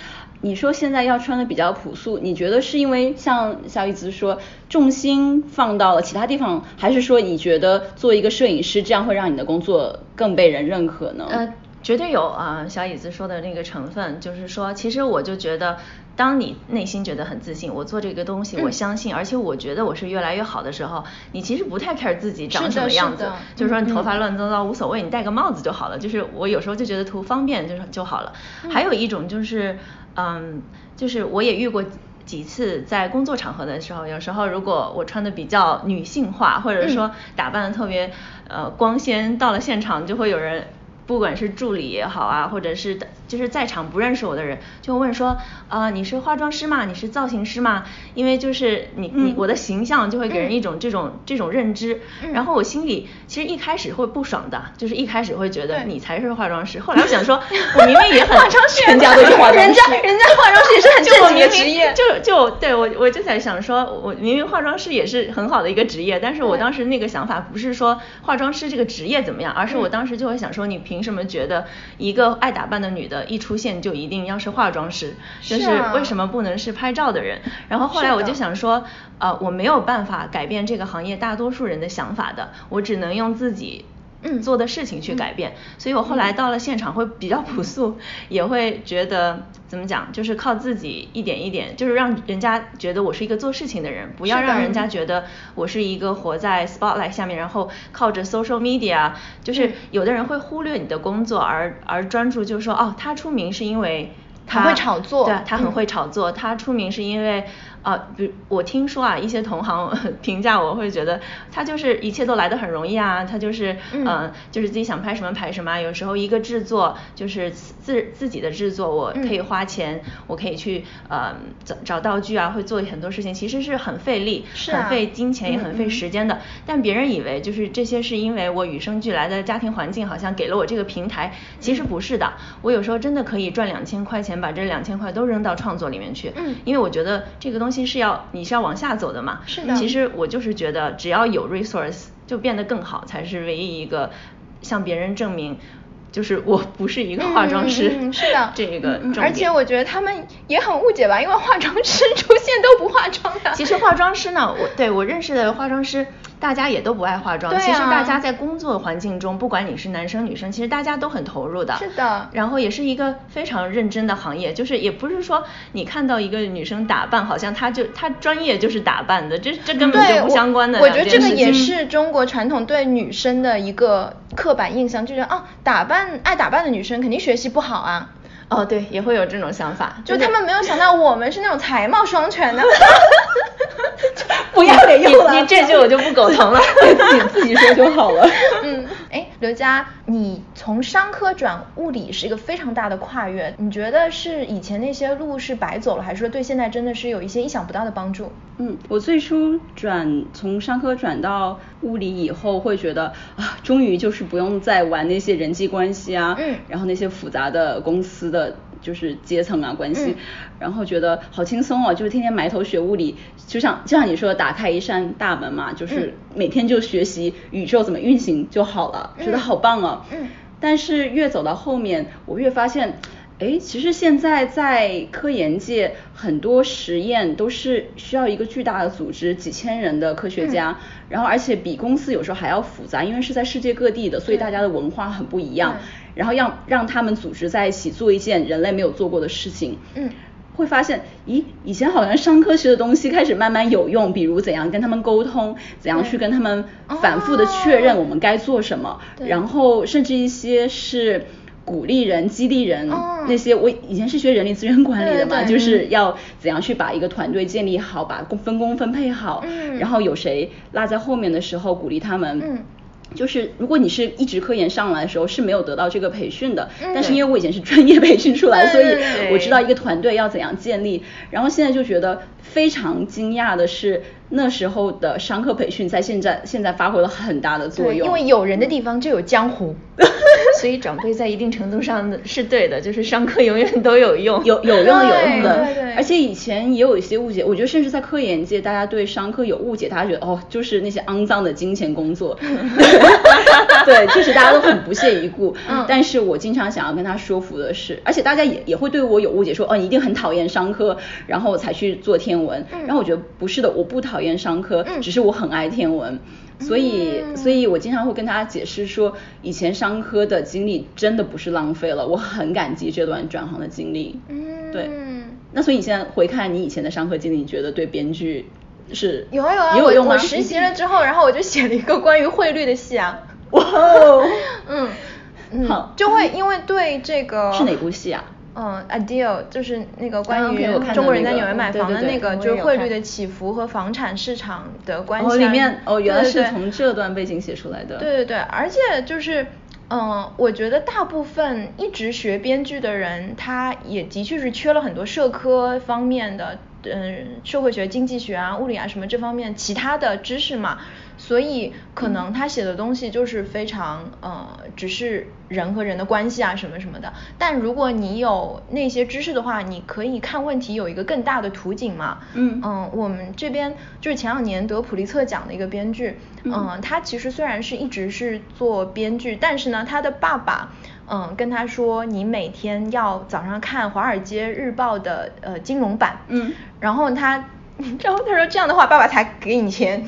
Speaker 1: 你说现在要穿的比较朴素，你觉得是因为像小雨子说重心放到了其他地方，还是说你觉得做一个摄影师这样会让你的工作更被人认可呢？
Speaker 3: 呃，绝对有啊、呃小椅子说的那个成分，就是说，其实我就觉得，当你内心觉得很自信，我做这个东西，
Speaker 2: 嗯
Speaker 3: 我相信，而且我觉得我是越来越好的时候，你其实不太 care 自己长
Speaker 2: 是
Speaker 3: 什
Speaker 2: 的
Speaker 3: 么
Speaker 2: 是
Speaker 3: 样子
Speaker 2: 的，
Speaker 3: 就是说你头
Speaker 2: 嗯
Speaker 3: 发乱糟糟无所谓，你戴个帽子就好了。就是我有时候就觉得图方便就是就好了。
Speaker 2: 嗯
Speaker 3: 还有一种就是，嗯，就是我也遇过。几次在工作场合的时候，有时候如果我穿的比较
Speaker 2: 嗯
Speaker 3: 女性化，或者说打扮的特别、呃光鲜，到了现场就会有人不管是助理也好啊，或者是就是在场不认识我的人，就问说，啊，你是化妆师吗？你是造型师吗？因为就是你你
Speaker 1: 嗯
Speaker 3: 我的形象就会给人一种这种这种认知
Speaker 2: 嗯，
Speaker 3: 然后我心里其实一开始会不爽的，就是一开始会觉得
Speaker 2: 对
Speaker 3: 你才是化妆师，后来我想说，我明明也很化妆师，啊人家
Speaker 1: 都是化妆
Speaker 2: 人家人家化妆师也是很
Speaker 3: 就
Speaker 2: 正
Speaker 3: 我
Speaker 2: 经
Speaker 3: 明
Speaker 2: 的
Speaker 3: 明
Speaker 2: 职业，
Speaker 3: 就就对我我就在想说，我明明化妆师也是很好的一个职业，但是我
Speaker 2: 对
Speaker 3: 当时那个想法不是说化妆师这个职业怎么样，而是
Speaker 2: 嗯
Speaker 3: 我当时就会想说，你凭什么觉得一个爱打扮的女的一出现就一定要是化妆师？就是是
Speaker 2: 啊
Speaker 3: 为什么不能是拍照的人？然后后来
Speaker 2: 是
Speaker 3: 我就
Speaker 2: 的
Speaker 3: 想说，呃，我没有办法改变这个行业大多数人的想法的，我只能用自己。
Speaker 2: 嗯
Speaker 3: 做的事情去改变，所以我后来到了现场会比较朴素，
Speaker 2: 嗯
Speaker 3: 也会觉得怎么讲，就是靠自己一点一点，就是让人家觉得我是一个做事情的人，不要
Speaker 2: 是的
Speaker 3: 让人家觉得我是一个活在 spotlight 下面，然后靠着 social media，就是
Speaker 2: 嗯
Speaker 3: 有的人会忽略你的工作而而专注，就是说哦，他出名是因为。他
Speaker 2: 很会炒作
Speaker 3: 对，他很
Speaker 2: 嗯
Speaker 3: 会炒作。他出名是因为，呃，比如我听说啊，一些同行 评价我会觉得他就是一切都来得很容易啊，他就是，
Speaker 2: 嗯
Speaker 3: 呃就是自己想拍什么拍什么啊。有时候一个制作就是自自己的制作，我可以
Speaker 2: 嗯
Speaker 3: 花钱，我可以去呃找找道具啊，会做很多事情，其实是很费力，
Speaker 2: 是啊
Speaker 3: 很费金钱，也很
Speaker 2: 嗯
Speaker 3: 费
Speaker 2: 嗯
Speaker 3: 时间的。但别人以为就是这些是因为我与生俱来的家庭环境好像给了我这个平台，其
Speaker 2: 嗯
Speaker 3: 实不是的。我有时候真的可以赚两千块钱，把这两千块都扔到创作里面去，
Speaker 2: 嗯
Speaker 3: 因为我觉得这个东西是要你是要往下走的嘛。
Speaker 2: 是的
Speaker 3: 嗯其实我就是觉得只要有 resource 就变得更好，才是唯一一个向别人证明。就是我不是一个化妆师，
Speaker 2: 嗯嗯嗯是的，
Speaker 3: 这个
Speaker 2: 嗯
Speaker 3: 重点。
Speaker 2: 而且我觉得他们也很误解吧，因为化妆师出现都不化妆的。
Speaker 3: 其实化妆师呢，我对我认识的化妆师，大家也都不爱化妆。
Speaker 2: 对啊
Speaker 3: 其实大家在工作环境中，不管你是男生女生，其实大家都很投入的。
Speaker 2: 是的
Speaker 3: 然后也是一个非常认真的行业，就是也不是说你看到一个女生打扮，好像她就她专业就是打扮的，这这根本
Speaker 2: 对，
Speaker 3: 就不相关的
Speaker 2: 我。我
Speaker 3: 两
Speaker 2: 觉
Speaker 3: 件
Speaker 2: 得
Speaker 3: 事
Speaker 2: 这
Speaker 3: 情。
Speaker 2: 个也是中国传统对女生的一个刻板印象，就是啊，打扮爱打扮的女生肯定学习不好啊。
Speaker 3: 哦，对，也会有这种想法，
Speaker 2: 就是他们没有想到我们是那种才貌双全 的，
Speaker 1: 不要脸又
Speaker 3: 你
Speaker 1: 来
Speaker 3: 你这句我就不苟 同了。
Speaker 1: 自己自己说就好了。
Speaker 2: 嗯，哎，刘佳，你从商科转物理是一个非常大的跨越，你觉得是以前那些路是白走了，还是说对现在真的是有一些意想不到的帮助？
Speaker 1: 嗯，我最初转从商科转到物理以后，会觉得啊，终于就是不用再玩那些人际关系啊，
Speaker 2: 嗯
Speaker 1: 然后那些复杂的公司的就是阶层啊关系，
Speaker 2: 嗯
Speaker 1: 然后觉得好轻松哦，就是天天埋头学物理，就像就像你说的，打开一扇大门嘛，
Speaker 2: 嗯
Speaker 1: 就是每天就学习宇宙怎么运行就好了，觉得
Speaker 2: 嗯
Speaker 1: 好棒哦。
Speaker 2: 嗯
Speaker 1: 但是越走到后面，我越发现，哎，其实现在在科研界，很多实验都是需要一个巨大的组织，几千人的科学家，然后而且比公司有时候还要复杂，因为是在世界各地的，所以
Speaker 2: 对
Speaker 1: 大家的文化很不一样
Speaker 2: 对。
Speaker 1: 然后让让他们组织在一起做一件人类没有做过的事情，
Speaker 2: 嗯，
Speaker 1: 会发现，咦，以前好像商科学的东西开始慢慢有用，比如怎样跟他们沟通，怎样
Speaker 2: 对哦
Speaker 1: 去跟他们反复的确认我们该做什么，
Speaker 2: 对
Speaker 1: 然后甚至一些是。鼓励人、激励人，
Speaker 2: 哦
Speaker 1: 那些我以前是学人力资源管理的嘛，
Speaker 2: 对对对
Speaker 1: 就是要怎样去把一个团队建立好，把工分工分配好，
Speaker 2: 嗯
Speaker 1: 然后有谁落在后面的时候鼓励他们，
Speaker 2: 嗯
Speaker 1: 就是如果你是一直科研上来的时候是没有得到这个培训的，
Speaker 2: 嗯
Speaker 1: 但是因为我以前是专业培训出来，所
Speaker 2: 对
Speaker 1: 以
Speaker 2: 对对
Speaker 1: 我知道一个团队要怎样建立。然后现在就觉得非常惊讶的是，那时候的商科培训在现在现在发挥了很大的作
Speaker 2: 对，
Speaker 1: 用，
Speaker 2: 因为有人的地方就有江湖。
Speaker 3: 所以长辈在一定程度上是对的，就是上课永远都有用。
Speaker 1: 有有用的有
Speaker 2: 对
Speaker 1: 用的，
Speaker 2: 对对
Speaker 1: 而且以前也有一些误解，我觉得甚至在科研界，大家对商科有误解，大家觉得哦，就是那些肮脏的金钱工 作，对，就是大家都很不屑一顾。
Speaker 2: 嗯
Speaker 1: 但是我经常想要跟他说服的是，而且大家也也会对我有误解，说哦，你一定很讨厌商科，然后才去做天文。
Speaker 2: 嗯
Speaker 1: 然后我觉得不是的，我不讨厌商科，
Speaker 2: 嗯
Speaker 1: 只是我很爱天文。所以，
Speaker 2: 嗯
Speaker 1: 所以我经常会跟大家解释说，以前商科的经历真的不是浪费了，我很感激这段转行的经历。
Speaker 2: 嗯，
Speaker 1: 对那所以你现在回看你以前的商科经历，你觉得对编剧是
Speaker 2: 有啊有啊，
Speaker 1: 也有用
Speaker 2: 我
Speaker 1: 吗？
Speaker 2: 我实习了之后，然后我就写了一个关于汇率的 戏啊。
Speaker 1: 哇 哦，
Speaker 2: 嗯嗯
Speaker 1: 好，
Speaker 2: 就会因为对这个
Speaker 1: 是哪部戏啊？
Speaker 2: 嗯，ideal 就是那个
Speaker 1: 啊
Speaker 2: 关于
Speaker 1: ，OK，我看到
Speaker 2: 中国人
Speaker 1: 那
Speaker 2: 在
Speaker 1: 个
Speaker 2: 纽约买
Speaker 1: 对
Speaker 2: 房的
Speaker 1: 对
Speaker 2: 那
Speaker 1: 对
Speaker 2: 个，
Speaker 1: 我
Speaker 2: 就
Speaker 1: 也
Speaker 2: 是
Speaker 1: 有
Speaker 2: 汇
Speaker 1: 看
Speaker 2: 率的起伏和房产市场的关系啊。
Speaker 1: 哦，里面哦，原来
Speaker 2: 对对
Speaker 1: 是
Speaker 2: 对
Speaker 1: 从这段背景写出来的。
Speaker 2: 对对对，而且就是嗯，我觉得大部分一直学编剧的人，他也的确是缺了很多社科方面的，嗯，社会学、经济学啊、物理啊什么这方面其他的知识嘛，所以可
Speaker 1: 嗯
Speaker 2: 能他写的东西就是非常，呃，只是人和人的关系啊什么什么的。但如果你有那些知识的话，你可以看问题有一个更大的图景嘛。
Speaker 1: 嗯
Speaker 2: 嗯，我们这边就是前两年得普利策奖的一个编剧，
Speaker 1: 嗯
Speaker 2: 嗯，他其实虽然是一直是做编剧，但是呢，他的爸爸，嗯，跟他说，你每天要早上看《华尔街日报》的呃金融版，
Speaker 1: 嗯
Speaker 2: 然后他， 然后他说这样的话，爸爸才给你 钱，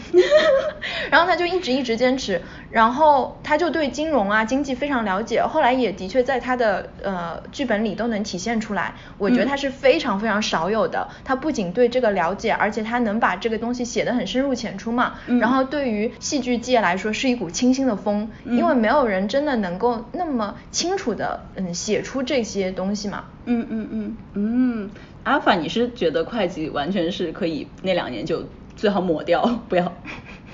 Speaker 2: 然后他就一直一直坚持，然后他就对金融啊经济非常了解，后来也的确在他的呃剧本里都能体现出来，我觉得
Speaker 1: 嗯
Speaker 2: 他是非常非常少有的，他不仅对这个了解，而且他能把这个东西写得很深入浅出嘛，
Speaker 1: 嗯
Speaker 2: 然后对于戏剧界来说是一股清新的风，
Speaker 1: 嗯
Speaker 2: 因为没有人真的能够那么清楚的嗯写出这些东西嘛。
Speaker 1: 嗯嗯嗯嗯，阿尔法，你是觉得会计完全是可以那两年就最好抹掉，不要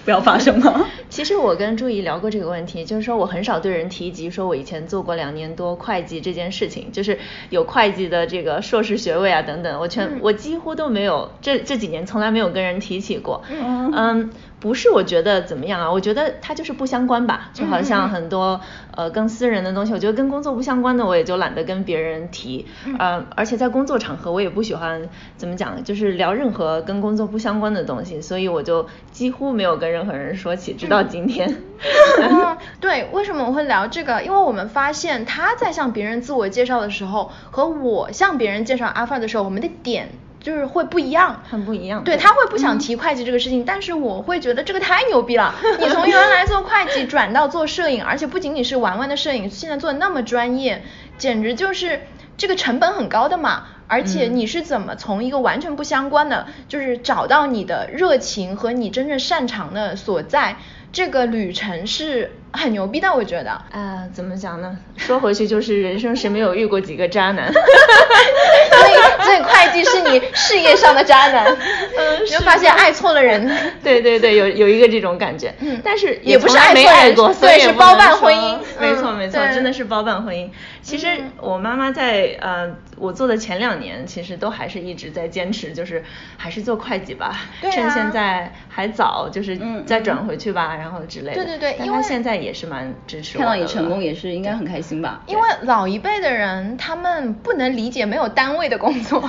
Speaker 1: 不要发生吗？
Speaker 3: 其实我跟朱怡聊过这个问题，就是说我很少对人提及说我以前做过两年多会计这件事情，就是有会计的这个硕士学位啊等等，我全、
Speaker 2: 嗯
Speaker 3: 我几乎都没有，这这几年从来没有跟人提起过。
Speaker 1: 嗯
Speaker 3: 嗯，不是我觉得怎么样啊，我觉得它就是不相关吧，就好像很多呃更私人的东西，我觉得跟工作不相关的，我也就懒得跟别人提。
Speaker 2: 嗯
Speaker 3: 呃，而且在工作场合，我也不喜欢怎么讲，就是聊任何跟工作不相关的东西，所以我就几乎没有跟任何人说起，直到今天。
Speaker 2: 嗯，对，为什么我会聊这个？因为我们发现他在向别人自我介绍的时候，和我向别人介绍 Alpha 的时候，我们的点就是会不一样，
Speaker 3: 很不一样
Speaker 2: 对
Speaker 3: 对
Speaker 2: 他会不
Speaker 3: 嗯
Speaker 2: 想提会计这个事情，但是我会觉得这个太牛逼 了。你从原来做会计转到做摄影，而且不仅仅是玩玩的摄影，现在做的那么专业，简直就是这个成本很高的嘛。而且
Speaker 3: 嗯
Speaker 2: 你是怎么从一个完全不相关的，就是找到你的热情和你真正擅长的所在，这个旅程是很牛逼的，我觉 得。
Speaker 3: 啊，怎么讲呢？说回去就是人生谁没有遇过几个渣男？
Speaker 2: 所以，所以会计是你事业上的渣男，
Speaker 3: 嗯
Speaker 2: 你就是发现
Speaker 3: 的
Speaker 2: 爱错了人。
Speaker 3: 对对对，有有一个这种感觉，
Speaker 2: 嗯
Speaker 3: 但是
Speaker 2: 也不是
Speaker 3: 从来
Speaker 2: 爱
Speaker 3: 没
Speaker 2: 错人
Speaker 3: 爱过，所
Speaker 2: 对
Speaker 3: 以也
Speaker 2: 是
Speaker 3: 不
Speaker 2: 包
Speaker 3: 能
Speaker 2: 办
Speaker 3: 说
Speaker 2: 婚姻
Speaker 3: 没错
Speaker 2: 嗯
Speaker 3: 没错，
Speaker 2: 对
Speaker 3: 真的是包办婚姻。其实
Speaker 2: 嗯
Speaker 3: 我妈妈在呃我做的前两年，其实都还是一直在坚持，就是还是做会计吧，
Speaker 2: 对啊
Speaker 3: 趁现在还早，就是
Speaker 1: 嗯
Speaker 3: 再
Speaker 1: 嗯
Speaker 3: 转回去吧，然后之类的。
Speaker 2: 对对对
Speaker 3: 但
Speaker 2: 因
Speaker 3: 她
Speaker 2: 为
Speaker 3: 现在也是蛮支持我
Speaker 1: 看到
Speaker 3: 的
Speaker 1: 你成
Speaker 3: 了
Speaker 1: 功也是应该很开心吧？
Speaker 2: 因为老一辈的人，他们不能理解没有单位的工作，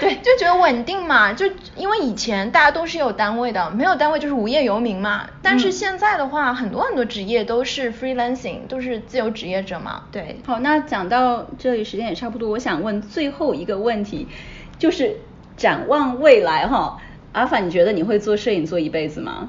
Speaker 2: 对， 就觉得稳定嘛，就因为以前大家都是有单位的，没有单位就是无业游民嘛。但是
Speaker 1: 嗯
Speaker 2: 现在的话，很多很多职业都是 freelancing，都是自由职业者嘛。
Speaker 3: 对，
Speaker 1: 好，那讲到这里时间也差不多，我想问最后一个问题，就是展望未来哈，阿凡，你觉得你会做摄影做一辈子吗？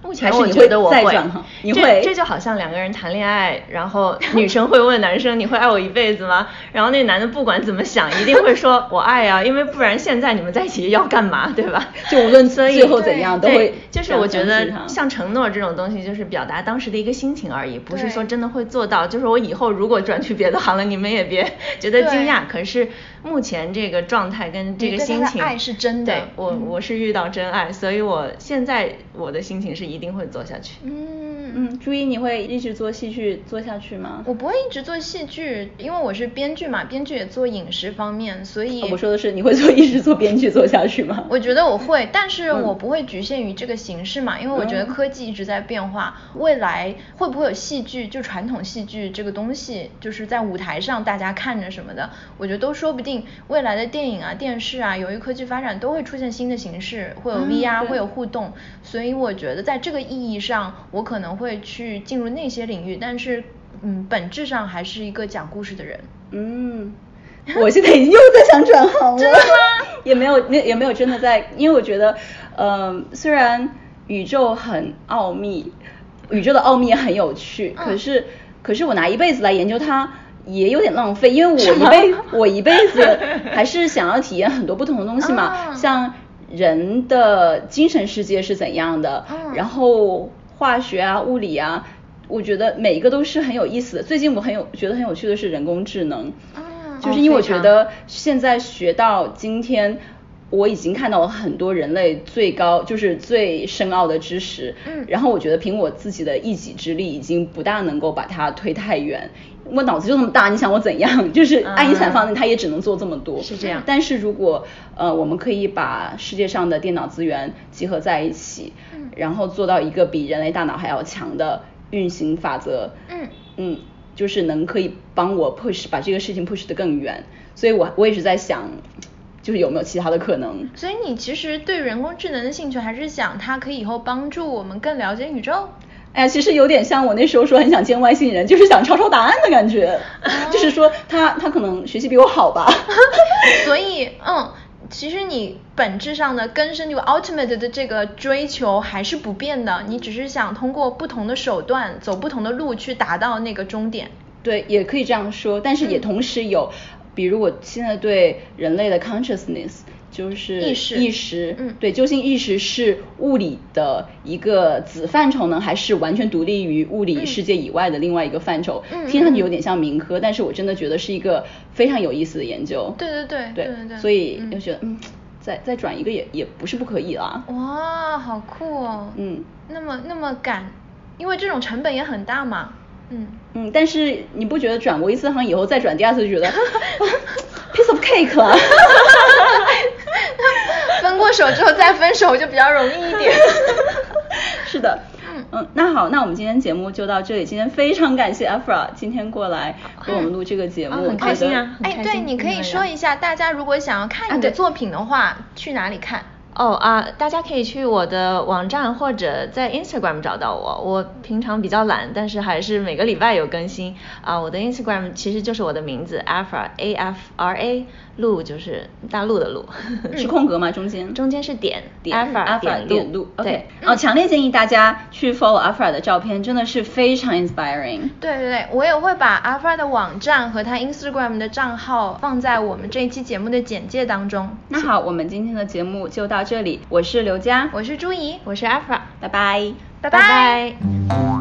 Speaker 3: 目
Speaker 1: 还
Speaker 3: 前
Speaker 1: 是
Speaker 3: 我
Speaker 1: 你
Speaker 3: 觉得我
Speaker 1: 再转 行，你
Speaker 3: 这
Speaker 1: 会
Speaker 3: 这就好像两个人谈恋爱，然后女生会问男生你会爱我一辈子吗？然后那男的不管怎么想，一定会说我爱啊，因为不然现在你们在一起要干嘛，对吧？
Speaker 1: 就无论
Speaker 3: 所以
Speaker 1: 最后怎样都
Speaker 3: 对
Speaker 1: 会
Speaker 3: 就是
Speaker 1: 这样
Speaker 3: 我觉
Speaker 1: 相
Speaker 3: 得
Speaker 1: 信他
Speaker 3: 像承诺这种东西，就是表达当时的一个心情而已，不是
Speaker 2: 对
Speaker 3: 说真的会做到。就是我以后如果转去别的行了，你们也别 觉得惊讶。可是目前这个状态跟这
Speaker 2: 你
Speaker 3: 个
Speaker 2: 对他
Speaker 3: 心
Speaker 2: 的
Speaker 3: 情，
Speaker 2: 爱是真的
Speaker 3: 对我，
Speaker 2: 嗯
Speaker 3: 我是遇到真爱，所以我现在我的心情是一定会做下去。
Speaker 2: 嗯
Speaker 1: 嗯，朱一，你会一直做戏剧做下去吗？
Speaker 2: 我不会一直做戏剧，因为我是编剧嘛，编剧也做饮食方面，所以、
Speaker 1: 哦我说的是你会做一直做编剧做下去吗？
Speaker 2: 我觉得我会，但是
Speaker 1: 嗯
Speaker 2: 我不会局限于这个形式嘛，因为我觉得
Speaker 1: 嗯
Speaker 2: 科技一直在变化，未来会不会有戏剧，就传统戏剧这个东西，就是在舞台上大家看着什么的，我觉得都说不定。未来的电影啊、电视啊，由于科技发展，都会出现新的形式，会有
Speaker 1: 嗯
Speaker 2: VR，、
Speaker 1: 对
Speaker 2: 会有互动，所以我觉得在这个意义上，我可能会去进入那些领域，但是嗯，本质上还是一个讲故事的人。
Speaker 1: 嗯，我现在已经又在想转行了，真的吗？也没有，没也没有真的在，因为我觉得，嗯、虽然宇宙很奥秘，宇宙的奥秘也很有趣，
Speaker 2: 嗯
Speaker 1: 可是，可是我拿一辈子来研究它。也有点浪费，因为我一辈我一辈子还是想要体验很多不同的东西嘛，
Speaker 2: 啊
Speaker 1: 像人的精神世界是怎样的，
Speaker 2: 嗯
Speaker 1: 然后化学啊、物理啊，我觉得每一个都是很有意思的。最近我很有觉得很有趣的是人工智能，
Speaker 2: 嗯
Speaker 1: 就是因为我
Speaker 3: 非
Speaker 1: 觉
Speaker 3: 常
Speaker 1: 得现在学到今天，我已经看到了很多人类最高就是最深奥的知识，
Speaker 2: 嗯
Speaker 1: 然后我觉得凭我自己的一己之力已经不大能够把它推太远。我脑子就那么大，你想我怎样？ 就是爱因斯坦方程，他也只能做这么多。
Speaker 3: 嗯是这样
Speaker 1: 但是如果呃，我们可以把世界上的电脑资源集合在一起，
Speaker 2: 嗯
Speaker 1: 然后做到一个比人类大脑还要强的运行法则，
Speaker 2: 嗯
Speaker 1: 嗯，就是能可以帮我 push 把这个事情 push 得更远。所以我我也是在想，就是有没有其他的可能？
Speaker 2: 所以你其实对人工智能的兴趣，还是想它可以以后帮助我们更了解宇宙？
Speaker 1: 哎呀，其实有点像我那时候说很想见外星人，就是想抄抄答案的感觉，
Speaker 3: 哦
Speaker 1: 就是说他他可能学习比我好 吧。
Speaker 2: 所以，嗯，其实你本质上的根深蒂固 ultimate 的这个追求还是不变的，你只是想通过不同的手段，走不同的路去达到那个终点。
Speaker 1: 对，也可以这样说，但是
Speaker 2: 嗯
Speaker 1: 也同时有，比如我现在对人类的 consciousness。就是
Speaker 2: 意识
Speaker 1: 意识，
Speaker 2: 嗯
Speaker 1: 对，究竟意识是物理的一个子范畴呢，还是完全独立于物理
Speaker 2: 嗯
Speaker 1: 世界以外的另外一个范畴？
Speaker 2: 嗯
Speaker 1: 听上去有
Speaker 2: 嗯嗯
Speaker 1: 点像民科，但是我真的觉得是一个非常有意思的研究。
Speaker 2: 对对对
Speaker 1: 对
Speaker 2: 对对对
Speaker 1: 所以
Speaker 2: 嗯
Speaker 1: 就觉得，嗯，再再转一个也也不是不可以啦。
Speaker 2: 哦哇，好酷哦！
Speaker 1: 嗯
Speaker 2: 那么那么赶，因为这种成本也很大嘛。嗯，
Speaker 1: 嗯，但是你不觉得转过一次行以后再转第二次就 觉得啊 piece of cake 了？
Speaker 2: 分过手之后再分手就比较容易一点。
Speaker 1: 是的。嗯，那好，那我们今天节目就到这里。今天非常感谢 Afra 今天过来给我们录这个节目，
Speaker 3: 嗯啊很开心啊很
Speaker 2: 哎，
Speaker 3: 开
Speaker 2: 对，
Speaker 3: 心
Speaker 2: 你可
Speaker 3: 跟
Speaker 2: 以
Speaker 3: 大家
Speaker 2: 说一下，大家如果想要看你的作品的话，去哪里看？
Speaker 3: 哦啊，大家可以去我的网站或者在 Instagram 找到我。我平常比较懒，但是还是每个礼拜有更新啊。我的 Instagram 其实就是我的名字 Afra A F R A，路就是大陆的路，
Speaker 1: 我是空格吗？中间？
Speaker 3: 嗯中间是点
Speaker 1: 点
Speaker 3: Afra
Speaker 1: Afra
Speaker 3: 点
Speaker 1: 路
Speaker 3: 路。
Speaker 1: OK，
Speaker 3: 对，
Speaker 1: 哦，强烈建议大家去 follow Afra 的照片，真的是非常 inspiring。
Speaker 2: 对对对，我也会把阿发的网站和他 Instagram 的账号放在我们这一期节目的简介当中。
Speaker 1: 那好，我们今天的节目就到这里。我是刘佳，
Speaker 2: 我是朱怡，
Speaker 3: 我是 Afra，
Speaker 1: 拜拜。
Speaker 2: 拜
Speaker 3: 拜拜